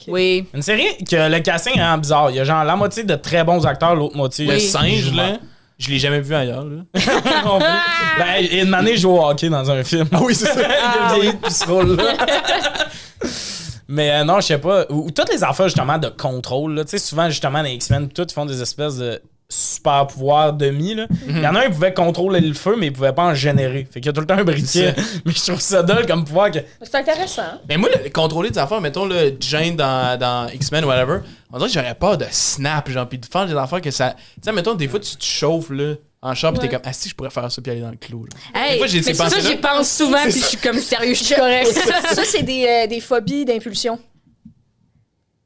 S2: Oui.
S1: Une série que le casting est vraiment bizarre. Il y a genre la moitié de très bons acteurs, l'autre moitié.
S3: Le
S2: Oui.
S3: singe,
S2: <laughs>
S3: là, je l'ai jamais vu ailleurs. Là.
S1: <laughs> ben, et une année, il joue au hockey dans un film. Ah oui, c'est ça. <laughs> il a vieilli depuis ce rôle-là. <laughs> Mais euh, non, je sais pas. Ou, ou toutes les affaires, justement, de contrôle. là. Tu sais, souvent, justement, les X-Men, pis tout, ils font des espèces de super pouvoirs demi.
S2: Mhm.
S1: là. Il y en a un qui pouvait contrôler le feu, mais il pouvait pas en générer. Fait qu'il y a tout le temps un briquet. <laughs> mais je trouve ça dole comme pouvoir que.
S4: C'est intéressant.
S3: Mais Ben, moi, le- contrôler des affaires, mettons le Jane dans, dans X-Men, whatever, on dirait que j'aurais peur de snap, genre, puis de faire des affaires que ça. Tu sais, mettons, des fois, tu te chauffes, là, en char, puis t'es
S4: Ouais.
S3: comme, ah si, je pourrais faire ça, puis aller dans le clou. genre.
S2: Hey,
S3: Des fois, j'ai
S2: mais
S3: ces
S2: ça,
S3: pensées-là.
S2: j'y pense souvent, puis je suis comme sérieux, je suis <laughs> correct.
S4: <laughs> ça, c'est des, euh, des phobies d'impulsion.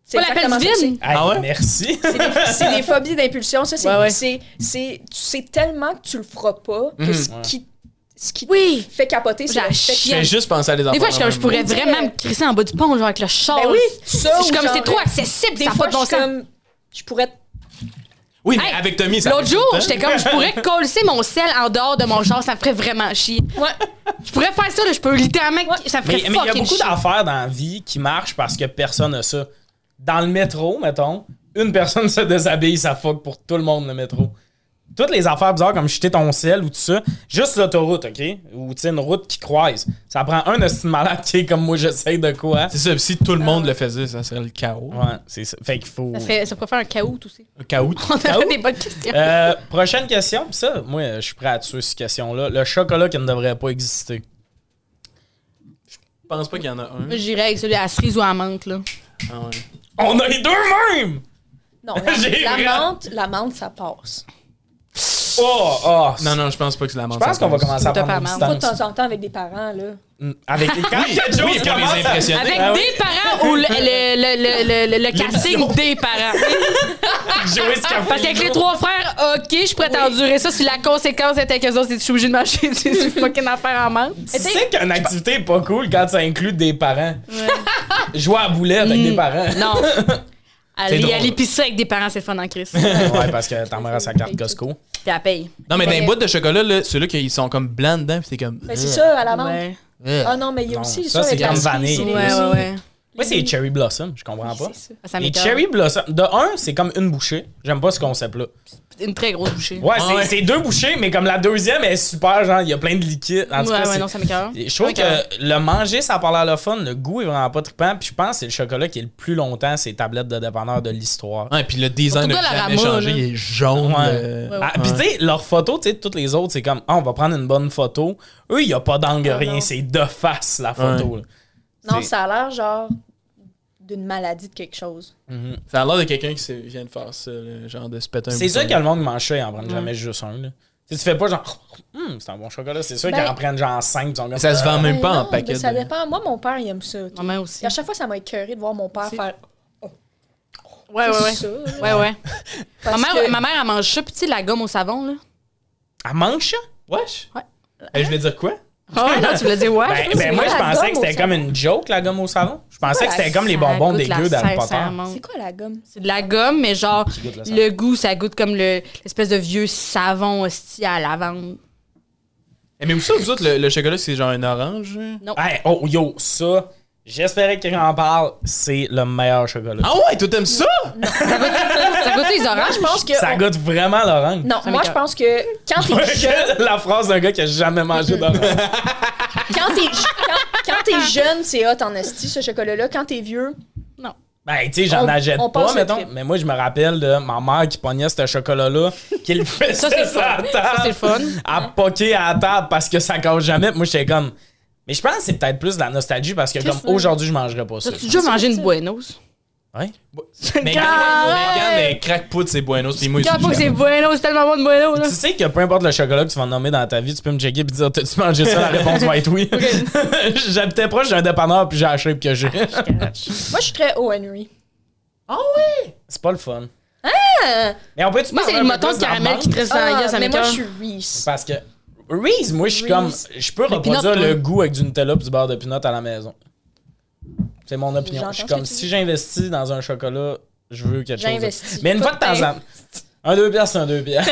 S2: C'est pas l'appel
S4: exactement ça que
S2: divine.
S1: Hey,
S3: Ah ouais?
S1: Merci.
S4: C'est C'est des, c'est des phobies d'impulsion. Ça, c'est
S2: Ouais, ouais.
S4: c'est- c'est- tu sais tellement que tu le feras pas que
S3: Mhm.
S4: ce
S1: Ouais.
S4: qui, ce qui
S2: Oui.
S4: te fait capoter, c'est
S2: J'ai
S4: le
S2: la
S4: fait que-
S3: Je fais
S2: chienne.
S3: juste penser
S1: Ben
S3: à des affaires.
S2: Des fois, je, suis comme, je pourrais
S4: Mais tu sais,
S2: vraiment
S4: euh,
S2: me crisser en bas du pont, genre avec le char.
S4: Ben oui, ça
S2: Je suis
S4: ou
S2: comme,
S4: genre,
S2: c'est trop
S4: euh,
S2: accessible,
S4: Des
S2: ça n'a
S4: fois,
S2: pas de bon
S4: je suis
S2: sens.
S4: comme, je pourrais te
S3: Oui, mais
S2: Hey,
S3: avec Tommy, ça.
S2: L'autre
S3: arrive tout
S2: jour,
S3: le temps.
S2: j'étais comme, je
S1: <laughs>
S2: pourrais coller mon sel en dehors de mon char, ça me ferait vraiment chier.
S4: Ouais.
S2: Je pourrais faire ça, là, je peux littéralement, ça me
S1: Mais
S2: ferait
S1: mais il y a
S2: fucking
S1: beaucoup
S2: chier.
S1: d'affaires dans la vie qui marchent parce que personne n'a ça. Dans le métro, mettons, une personne <laughs> se déshabille, ça fuck pour tout le monde le métro. Toutes les affaires bizarres comme jeter ton sel ou tout ça, juste l'autoroute, OK? Ou tu sais, une route qui croise. Ça prend un hostile malade qui est comme moi, j'essaye de quoi.
S3: C'est ça, puis si tout le monde le faisait, ça serait le chaos.
S1: Ouais, c'est ça. Fait qu'il faut.
S2: Ça, serait, ça pourrait faire un chaos aussi.
S3: Un chaos.
S2: On aurait
S1: Chaos?
S2: des bonnes questions.
S1: Ah Euh, prochaine question, pis ça, moi, euh, je suis prêt à tuer cette question-là. Le chocolat qui ne devrait pas exister.
S3: Je pense pas qu'il y en a un.
S2: Moi, j'irais avec celui à la cerise ou à la menthe, là.
S3: Ah ouais.
S1: On a les deux mêmes!
S4: Non,
S1: <laughs> J'ai
S4: la,
S1: rien.
S4: la menthe, la menthe, ça passe.
S1: Oh, oh!
S3: Non, non, je pense pas que c'est la
S1: Je
S3: menthe.
S1: pense qu'on va commencer à
S2: Tout à
S1: prendre
S2: fait
S1: une
S2: marrant.
S4: Pas de
S1: distance.
S4: temps en temps avec des parents, là.
S1: Mm, Avec les quand
S3: Oui,
S1: quelque chose
S3: oui, pour les
S1: commence à-
S3: impressionner.
S2: Avec
S1: Ah
S2: des
S1: oui.
S2: parents ou le, le, le, le, le, le casting
S1: <laughs>
S2: des parents.
S1: Joey Scarpino.
S2: Parce qu'avec les trois frères, ok, je pourrais t'endurer ça si la conséquence était que les autres, c'est que je suis obligé de mâcher du fucking affaire en menthe.
S1: Tu sais qu'une activité est pas cool quand ça inclut des parents. Jouer à boulette avec
S2: Mm.
S1: des parents.
S2: Non. Aller
S3: drôle.
S2: à l'épicerie avec des parents, c'est le fun en crise.
S1: ouais, parce que t'emmerras sa carte Costco.
S2: Puis elle paye.
S3: Non, mais dans les
S4: Mais-
S3: boîtes de chocolat, là, ceux-là qui ils sont comme blancs dedans, puis t'es comme. euh,
S4: Ben, c'est ça, à la menthe.
S2: Ouais.
S3: Ugh.
S4: Ah non, mais il y a
S1: Mhm. Non,
S4: aussi
S1: ça, c'est
S4: avec la
S1: comme
S4: cerise,
S1: vanille.
S4: c'est
S2: Ouais,
S1: Ouais,
S4: les
S2: ouais,
S4: aussi.
S2: ouais.
S1: Moi, c'est les Cherry Blossom, je comprends pas.
S4: Oui, c'est ça.
S2: Mm. Ça
S1: Les
S2: m'écoeure.
S1: Cherry Blossom, de un, c'est comme une bouchée. J'aime pas ce concept-là.
S2: Une très grosse bouchée.
S1: Ah Ouais, c'est-
S3: ouais.
S1: c'est deux bouchées, mais comme la deuxième elle est super, genre, il y a plein de liquide. En tout
S2: Ouais,
S1: cas,
S2: ouais,
S1: c'est-
S2: non, ça m'écoeure.
S1: je trouve
S2: Ok.
S1: que le manger, ça parle à le fun. Le goût est vraiment pas trippant. Puis je pense que c'est le chocolat qui est le plus longtemps, ces tablettes de dépanneur de l'histoire.
S3: Ouais, puis le design
S2: Surtout
S3: a
S2: de la
S3: jamais
S2: Rama,
S3: changé,
S2: là.
S3: il est jaune.
S1: Ouais.
S3: euh,
S2: Ouais, ouais.
S1: Ah, Puis tu sais, leurs photos, tu sais, toutes les autres, c'est comme, ah, on va prendre une bonne photo. Eux, il n'y a pas d'angle,
S4: Ah,
S1: rien,
S4: non.
S1: c'est de face la photo. là.
S4: Non,
S1: C'est-
S4: ça a l'air genre d'une maladie de quelque chose.
S1: Mhm.
S3: Ça a l'air de quelqu'un qui s'est- vient de faire ça, le genre de se péter un
S1: C'est
S3: bouton.
S1: sûr que le monde mange ça, ils en prennent jamais juste un. Là. Tu sais, tu fais pas genre, Hum, c'est un bon chocolat, c'est sûr
S4: Ben-
S1: qu'ils en prennent genre 5, ils sont comme,
S3: Ça se vend
S1: Ah.
S3: même
S4: Ben
S3: pas en
S4: non,
S3: paquet.
S4: ben Ça
S3: de-
S4: dépend. Moi, mon père, il aime ça. ok?
S2: Ma mère aussi.
S4: Puis à chaque fois, ça m'a écœuré de voir mon père
S3: C'est-
S4: faire. Oh.
S2: Ouais, ouais, ouais.
S4: C'est ça, là.
S2: Ouais, ouais. Ma
S4: Parce
S2: mère,
S4: que-
S2: ma mère, elle mange ça, puis tu sais, la gomme au savon, là.
S1: Elle mange ça?
S3: Wesh?
S2: Ouais.
S3: Eh, je vais dire quoi?
S2: Ah ouais, non, tu voulais dire ouais?
S1: Ben,
S4: c'est
S1: ben moi,
S4: quoi
S1: je
S4: la
S1: pensais que
S4: gomme au
S1: c'était comme
S4: savon?
S1: une joke, la gomme au savon. Je pensais
S4: quoi
S1: que
S4: la-
S1: c'était comme les
S2: Ça
S1: bonbons
S2: goûte la
S1: dégueux d'Harry
S2: serre,
S1: Potter.
S2: ça monte.
S4: C'est quoi la gomme?
S2: C'est de la gomme, mais genre,
S1: Tu goûtes la serre.
S2: le goût, ça goûte comme le- l'espèce de vieux savon hostie à lavande.
S3: Eh, mais vous savez, vous autres, le, le chocolat, c'est genre une orange? hein?
S2: Non.
S1: Hey, oh, yo, ça, j'espérais que quelqu'un en parle. C'est le meilleur chocolat.
S3: Ah ouais, toi t'aimes ça?
S2: Ça goûte les
S1: <laughs>
S2: oranges,
S4: Je pense que.
S1: ça
S4: on-
S1: goûte vraiment l'orange.
S4: Non, moi, je
S2: m'écoeure.
S4: pense que quand t'es jeune,
S1: la phrase d'un gars qui a jamais mangé d'orange.
S4: quand t'es quand, quand t'es jeune, c'est hot en esti, ce chocolat-là. Quand t'es vieux,
S2: Non.
S1: Ben, tu sais, j'en
S4: On-
S1: achète
S4: on
S1: pas,
S4: passe le
S1: mettons.
S4: trip.
S1: Mais moi, je me rappelle de ma mère qui pognait ce chocolat-là, qui le faisait
S2: Ça, c'est le
S1: sur la
S2: fun. Ça, c'est le
S1: table,
S2: fun.
S1: à poquer à la table parce que ça casse jamais. Puis Moi, j'étais comme. Mais je pense que c'est peut-être plus de la nostalgie parce que, comme
S4: Christ,
S1: aujourd'hui, je mangerais pas ça.
S2: T'as-tu déjà mangé une Buenos?
S1: Ouais.
S3: Mais
S2: Quand-
S3: quand mais crackpout, Eh, c'est buenos, pis moi,
S2: Quand pas que c'est Buenos, c'est tellement bon de Buenos, là.
S1: Tu sais que peu importe le chocolat que tu vas nommer dans ta vie, tu peux me checker et dire T'as-tu mangé
S2: <laughs>
S1: ça La réponse va être oui. <laughs> J'habitais proche d'un dépanneur puis j'ai acheté puis que
S2: <laughs>
S1: j'ai.
S4: moi, je suis très O. Henry.
S1: C'est pas le fun. Mais on peut-tu
S2: Moi,
S1: parler
S2: c'est le
S1: un peu
S2: moton
S1: plus
S2: de caramel
S1: d'amande?
S2: qui te reste dans la gueule, ça
S4: Ah, mais moi,
S2: m'écoeure.
S4: je suis Reese.
S1: Parce que Reese, moi, je suis
S4: Reese.
S1: comme. Je peux
S2: Le peanut,
S1: reproduire
S2: toi.
S1: le goût avec du Nutella et du beurre de peanut à la maison. C'est mon opinion.
S4: J'entends
S1: Je suis
S4: ce que
S1: comme
S4: tu
S1: si
S4: dis.
S1: j'investis dans un chocolat, je veux quelque chose. de-
S4: J'investis.
S1: Mais une
S4: Toi,
S1: fois de temps en
S4: t'es-
S1: temps. Un deux piastres, c'est un deux piastres.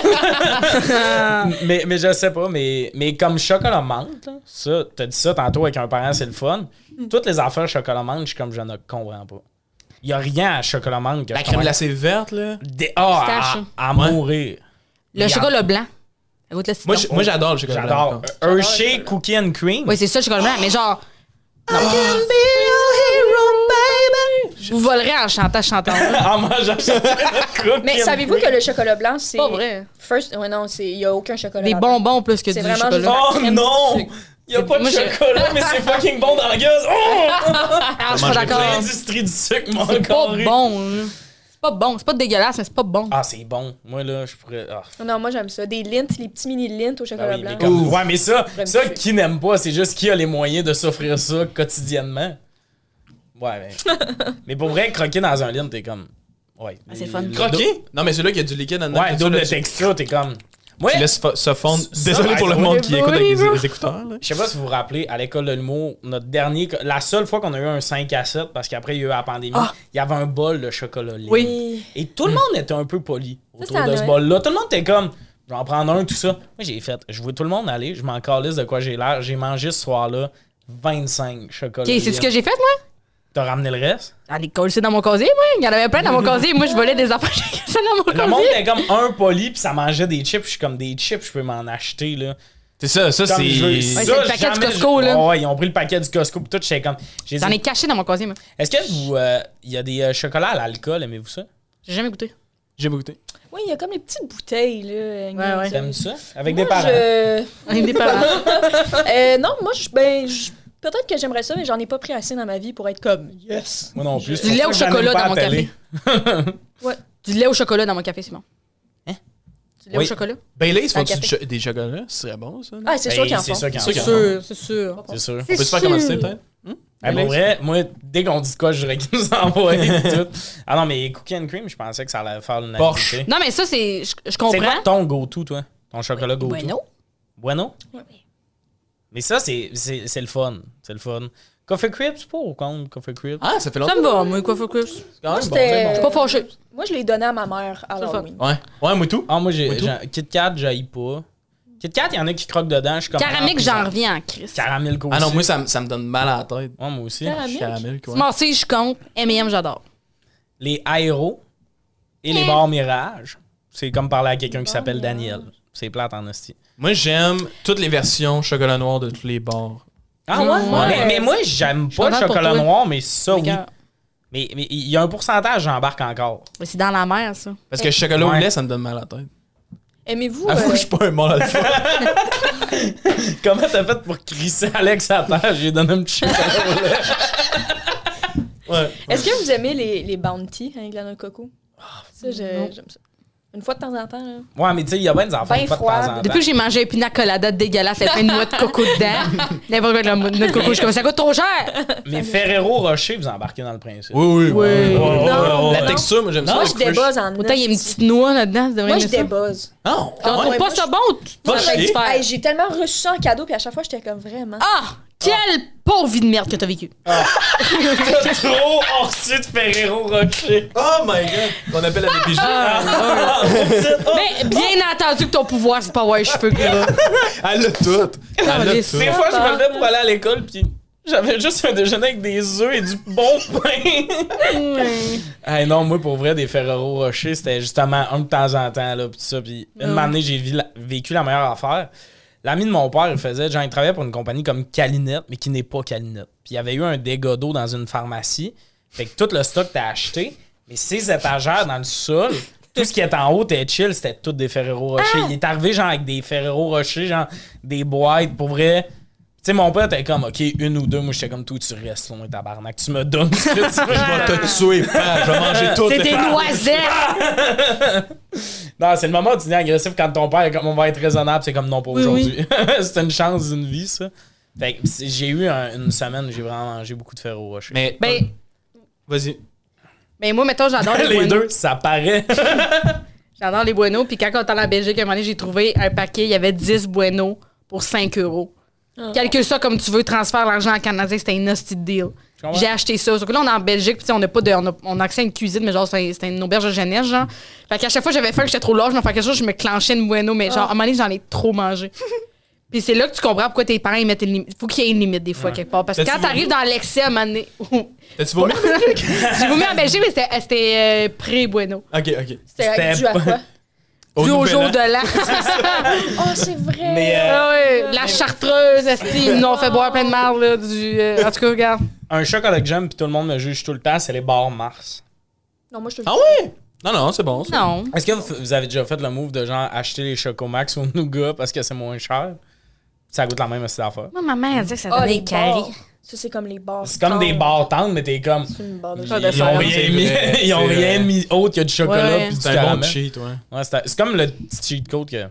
S1: mais, mais je sais pas, mais, mais comme chocolat menthe, là, ça, t'as dit ça tantôt avec un parent, c'est le fun. Toutes les affaires chocolat menthe, je suis comme je ne comprends pas. Il y a rien à chocolat menthe que
S3: La
S1: je
S3: crème
S1: comprends.
S3: glacée verte, là.
S1: Des- ah, à-
S2: Pistache.
S1: à, mourir.
S2: Le chocolat blanc. Ça goûte le citron.
S3: Moi, j'- moi, j'adore le chocolat.
S1: J'adore.
S3: blanc.
S1: Hershey Cookie and Cream.
S2: Oui, c'est ça, le chocolat blanc, mais genre. Vous volerez en chantant, chantant. <laughs>
S1: <laughs> en mangeant cookie
S4: Mais
S1: and
S4: savez-vous
S1: cream.
S4: que le chocolat blanc, c'est.
S2: Pas vrai.
S4: First, ouais, non, c'est- il n'y a aucun chocolat.
S2: Des
S4: là-dedans.
S2: bonbons plus que du
S4: C'est vraiment
S2: chocolat.
S4: juste-
S1: Oh
S4: la crème
S1: non!
S4: du sucre.
S1: Il y a pas de
S2: Moi, j'ai-
S1: chocolat, mais c'est fucking bon dans la gueule. Oh!
S2: Ah, je suis pas
S3: Manger
S2: d'accord.
S1: L'industrie du sucre m'a
S2: C'est pas
S1: encore eu.
S2: bon. là. C'est pas bon. C'est pas dégueulasse, mais c'est pas bon.
S1: Ah, c'est bon. Moi, là, je pourrais. ah,
S4: Non, moi, j'aime ça. Des lintes, les petits mini lintes au
S1: ben
S2: Ah
S4: chocolat
S1: oui, mais
S4: blanc.
S1: comme-
S3: Ouf.
S1: Ouais, mais ça,
S4: me
S1: ça
S4: tuer.
S1: qui n'aime pas, c'est juste qui a les moyens de s'offrir ça quotidiennement. Ouais,
S2: <laughs>
S1: mais. mais pour vrai, croquer dans un ligne, t'es comme. Ouais.
S2: Ah, c'est le fun.
S3: Croqué? Non, mais celui-là qui a du liquide en dedans.
S1: Ouais,
S3: tout ça,
S1: double
S3: là,
S1: de
S3: tu-
S1: texture, t'es comme. Ouais,
S3: Tu laisses fa- se fondre.
S1: Ça,
S3: Désolé pour le
S1: ouais,
S3: monde qui
S2: ouais,
S3: écoute avec
S2: ouais.
S3: les, les écouteurs. là.
S1: Je sais pas si vous vous rappelez, à l'école de l'humour, notre dernier. La seule fois qu'on a eu un 5 à 7, parce qu'après il y a eu la pandémie, il y avait un bol de chocolat lait.
S2: Ah. Oui. Hmm.
S1: Et tout le monde était un peu poli autour
S4: c'est à
S1: de ce
S4: Noël.
S1: bol-là. Tout le monde était comme, je vais en prendre un, tout ça. Moi, j'ai fait, je vois tout le monde aller, je m'en calisse de quoi j'ai l'air. J'ai mangé ce soir-là 25 chocolats.
S2: Ok, c'est ce que j'ai fait, moi?
S1: T'as ramené le reste?
S2: J'en ai collé ça dans mon casier, moi. Il y en avait plein dans mon casier. Moi, je volais des affaires, <laughs> j'ai collé ça
S1: Le
S2: dans mon
S1: monde
S2: casier.
S1: était comme un poli, puis ça mangeait des chips. Je suis comme, des chips, je peux m'en acheter, là.
S3: C'est ça, ça,
S1: Comme je veux.
S3: c'est.
S2: c'est le paquet du
S1: jamais
S2: Costco,
S1: je-
S2: là.
S1: Ouais, ils ont pris le paquet du Costco, puis tout, j'étais comme... j'ai
S2: J'en
S1: dit,
S2: ai caché dans mon casier, moi.
S1: Est-ce que vous. euh, Il y a des euh, chocolats à l'alcool, aimez-vous ça?
S2: J'ai jamais goûté.
S3: J'ai goûté.
S4: Oui, il y a comme les petites bouteilles, là. euh,
S2: Ouais, ouais.
S1: T'aimes ça? Avec
S4: Moi,
S1: des parents.
S4: je-
S2: Avec des parents.
S4: Euh, non, moi, je, ben, je- peut-être que j'aimerais ça, mais j'en ai pas pris assez dans ma vie pour être comme yes.
S1: Moi non plus.
S2: Du lait au
S1: J'en aime
S2: chocolat
S1: pas
S2: dans
S1: à
S2: mon
S1: télé.
S2: Du lait au chocolat dans mon café, c'est bon. Du lait
S1: Hein? Oui.
S2: au chocolat?
S3: Bailey, ils
S4: Dans
S3: font
S4: le
S3: du
S4: café.
S3: cho- des chocolats? Ce serait bon, ça. non?
S4: Ah, c'est
S1: Ben,
S4: sûr qu'ils en
S1: C'est
S4: font.
S1: sûr qu'il y en
S3: C'est
S1: a.
S3: sûr.
S2: c'est sûr.
S1: C'est sûr.
S3: On peut se faire
S2: sûr.
S3: commencer, peut-être? Hmm?
S1: Hey, Ah, pour vrai, moi, dès qu'on dit de quoi, je dirais qu'ils nous envoient tout. Ah non, mais Cookie and Cream, je pensais que ça allait faire une
S3: Porsche.
S1: activité.
S2: Non, mais ça, c'est. Je, je
S1: C'est
S2: comprends. Ben
S1: quoi ton go-to, toi? Ton chocolat go-to?
S2: Bueno.
S1: Bueno? Mais ça, c'est c'est- c'est le fun. C'est le fun. Coffee Crips, pas au compte, Coffee Crips.
S3: Ah, ça fait
S2: Ça
S3: longtemps.
S2: me va, moi, quoi, faut que. Je suis
S1: Ah,
S4: c'était-
S2: pas fâchée.
S4: Moi, je l'ai donné à ma mère à
S2: le fun.
S4: Halloween.
S3: Ouais. Ouais, moi tout.
S1: Ah, moi, j'ai
S3: Oui, tout.
S1: j'ai- Kit Kat, j'aille pas. Kit Kat, il y en a qui croquent dedans. Je suis comme.
S2: Caramique,
S1: ah,
S2: j'en reviens en Christ.
S1: Caramel
S3: Ah non,
S1: aussi.
S3: moi, ça, me- ça me donne mal à la tête.
S1: Ouais, moi aussi.
S4: Caramel.
S3: Caramel, quoi.
S2: Morty, je compte. M&M, j'adore.
S1: les aéros et les bars mirages. C'est comme parler à quelqu'un qui s'appelle Daniel. C'est plate en hostie.
S3: Moi, j'aime toutes les versions chocolat noir de tous les bars.
S1: Ah ouais?
S2: Ouais.
S1: Mais, mais moi, j'aime pas le
S2: contente pour
S1: chocolat
S2: toi.
S1: noir, mais ça, oui.
S2: Fait que-
S1: Mais mais il y a un pourcentage, j'embarque encore. <laughs>
S2: Mais euh, C'est dans la mer, ça.
S3: Parce que chocolat
S1: Ouais.
S3: au lait, ça me donne mal à la tête.
S4: Aimez-vous
S1: Ah,
S3: Avoue
S4: euh,
S3: que je suis pas un mort à
S1: Comment t'as fait pour crisser Alex à terre? J'ai donné un petit chocolat.
S3: Ouais.
S4: hein,
S1: Ah,
S4: Est-ce que vous aimez les, les bounties avec de la noix de coco? Ça, je- j'aime ça. Une fois de temps en temps, là.
S1: Ouais, mais tu sais, il y a bien des enfants
S4: Ben
S1: qui font de
S4: froid.
S1: temps en temps.
S2: Depuis que j'ai mangé un pina colada dégueulasse avec une noix de coco dedans,
S1: <laughs>
S2: n'importe quoi de la noix de coco, je suis comme ça coûte trop cher.
S1: Mais Ferrero Rocher, vous embarquez dans le principe.
S3: Oui, oui, oui.
S4: Non, non,
S3: La
S4: non.
S3: texture, moi, j'aime ça.
S4: Moi,
S3: le
S4: je
S3: crunch.
S4: débuzz en
S2: Autant il y a une
S4: esti.
S2: petite noix là-dedans, ça devrait
S4: Moi, je
S2: aimer ça.
S4: débuzze.
S3: Non.
S2: T'en
S4: ouais,
S2: trouves pas
S4: moi,
S2: ça bon? tu-
S3: Pas
S1: Ah,
S2: tu vas
S3: chier.
S2: te faire.
S4: Hey, J'ai tellement reçu ça en cadeau, puis à chaque fois, j'étais comme vraiment.
S2: Ah! Quelle pauvre vie de merde que t'as vécu.
S1: <laughs> T'as trop reçu de Ferrero Rocher.
S3: Oh my god. On appelle la DPJ.
S4: Oh.
S2: Mais bien entendu que ton pouvoir, c'est pas avoir les cheveux gras.
S3: Elle l'a tout. Elle l'a
S2: Calisse.
S3: tout.
S1: Des fois, je me levais pour aller à l'école, puis j'avais juste un déjeuner avec des œufs et du bon pain. hey, non, moi, pour vrai, des Ferrero Rocher, c'était justement un de temps en temps, là, puis tout ça. Puis une
S2: Ouais.
S1: année, j'ai vi- la- vécu la meilleure affaire. L'ami de mon père, il faisait, genre, il travaillait pour une compagnie comme Calinette, mais qui n'est pas Calinette. Puis il y avait eu un dégât d'eau dans une pharmacie. Fait que tout le stock t'as acheté, mais ses étagères dans le sol, tout ce qui est en haut, t'es chill, c'était tout des Ferrero Rocher. Il est arrivé, genre, avec des Ferrero Rocher, genre, des boîtes, pour vrai. Tu sais, mon père était comme, OK, une ou deux. Moi, j'étais comme, tout, tu restes loin, tabarnak. Tu me donnes ce que tu veux.
S3: Je vais te tuer, père. Je vais manger tout.
S2: C'est des noisettes!
S1: Non, c'est le moment où tu deviens agressif quand ton père est comme on va être raisonnable, c'est comme non pour
S2: Oui,
S1: aujourd'hui. <laughs> c'est une chance d'une vie, ça. Fait que c'est- j'ai eu un- une semaine où j'ai vraiment mangé beaucoup de ferro rocher. <laughs>
S3: Mais
S2: Ben,
S3: vas-y.
S2: ben moi, mettons, j'adore <laughs> les,
S1: les
S2: Bueno.
S1: deux, ça paraît.
S2: J'adore les Bueno. Puis quand on est allé en Belgique, un moment donné, j'ai trouvé un paquet, il y avait 10 Bueno pour 5 euros. Calcule ça comme tu veux, transfère l'argent en Canadien, c'était un hostie de deal.
S1: comprends.
S2: J'ai acheté ça. Sauf que là, on est en Belgique, puis tu sais, on n'a pas de. On a, on a accès à une cuisine, mais genre, c'était c'était une auberge de jeunesse, genre. Fait qu'à chaque fois, j'avais faim, que j'étais trop large, je me faisais quelque chose, je me clenchais une bueno, mais genre, à un moment donné, j'en ai trop mangé. puis c'est là que tu comprends pourquoi tes parents, ils mettent une limite. Faut qu'il y ait une limite, des fois, quelque part. Parce que
S3: T'as-tu
S2: quand t'arrives dans l'excès, à un moment donné. <laughs>
S3: T'as-tu vomi?
S2: J'ai vomi en Belgique, mais c'était- c'était euh, pré-bueno.
S3: Ok, ok.
S4: C'était
S1: C'était
S4: dû à
S1: pas-
S4: quoi?
S3: Au
S2: Du au
S3: nouvel
S2: jour
S3: an.
S2: de l'an.
S4: Oh, c'est vrai!
S1: Mais, euh,
S2: Ah ouais, la chartreuse, esti, ils nous ont fait boire plein de marre, là, du... euh, en tout cas, regarde.
S1: Un choc avec j'aime puis tout le monde me juge tout le temps, c'est les bars Mars.
S4: Non, moi, je te le
S3: Ah ouais? Non, non, c'est bon. ça.
S2: Non.
S1: Est-ce que vous, vous avez déjà fait le move de genre acheter les Chocomax au Nougat parce que c'est moins cher? Ça goûte la même aussi d'affaires.
S2: Moi, ma mère, elle disait que ça
S4: Ah,
S2: donnait
S4: les
S2: des caries.
S4: bars. Ça, c'est comme les bars.
S1: C'est comme des bars tendres, mais t'es comme.
S4: C'est une barre de
S1: Ils
S4: chocolat.
S2: de
S1: ont
S2: salade.
S1: rien
S3: C'est
S1: mis,
S3: vrai,
S1: <laughs> ils ont
S3: c'est
S1: rien
S3: vrai.
S1: mis autre que du chocolat
S2: Ouais.
S1: puis du
S3: C'est un bon
S1: caramel.
S3: cheat, ouais.
S1: Ouais, c'est c'est comme le petit cheat code que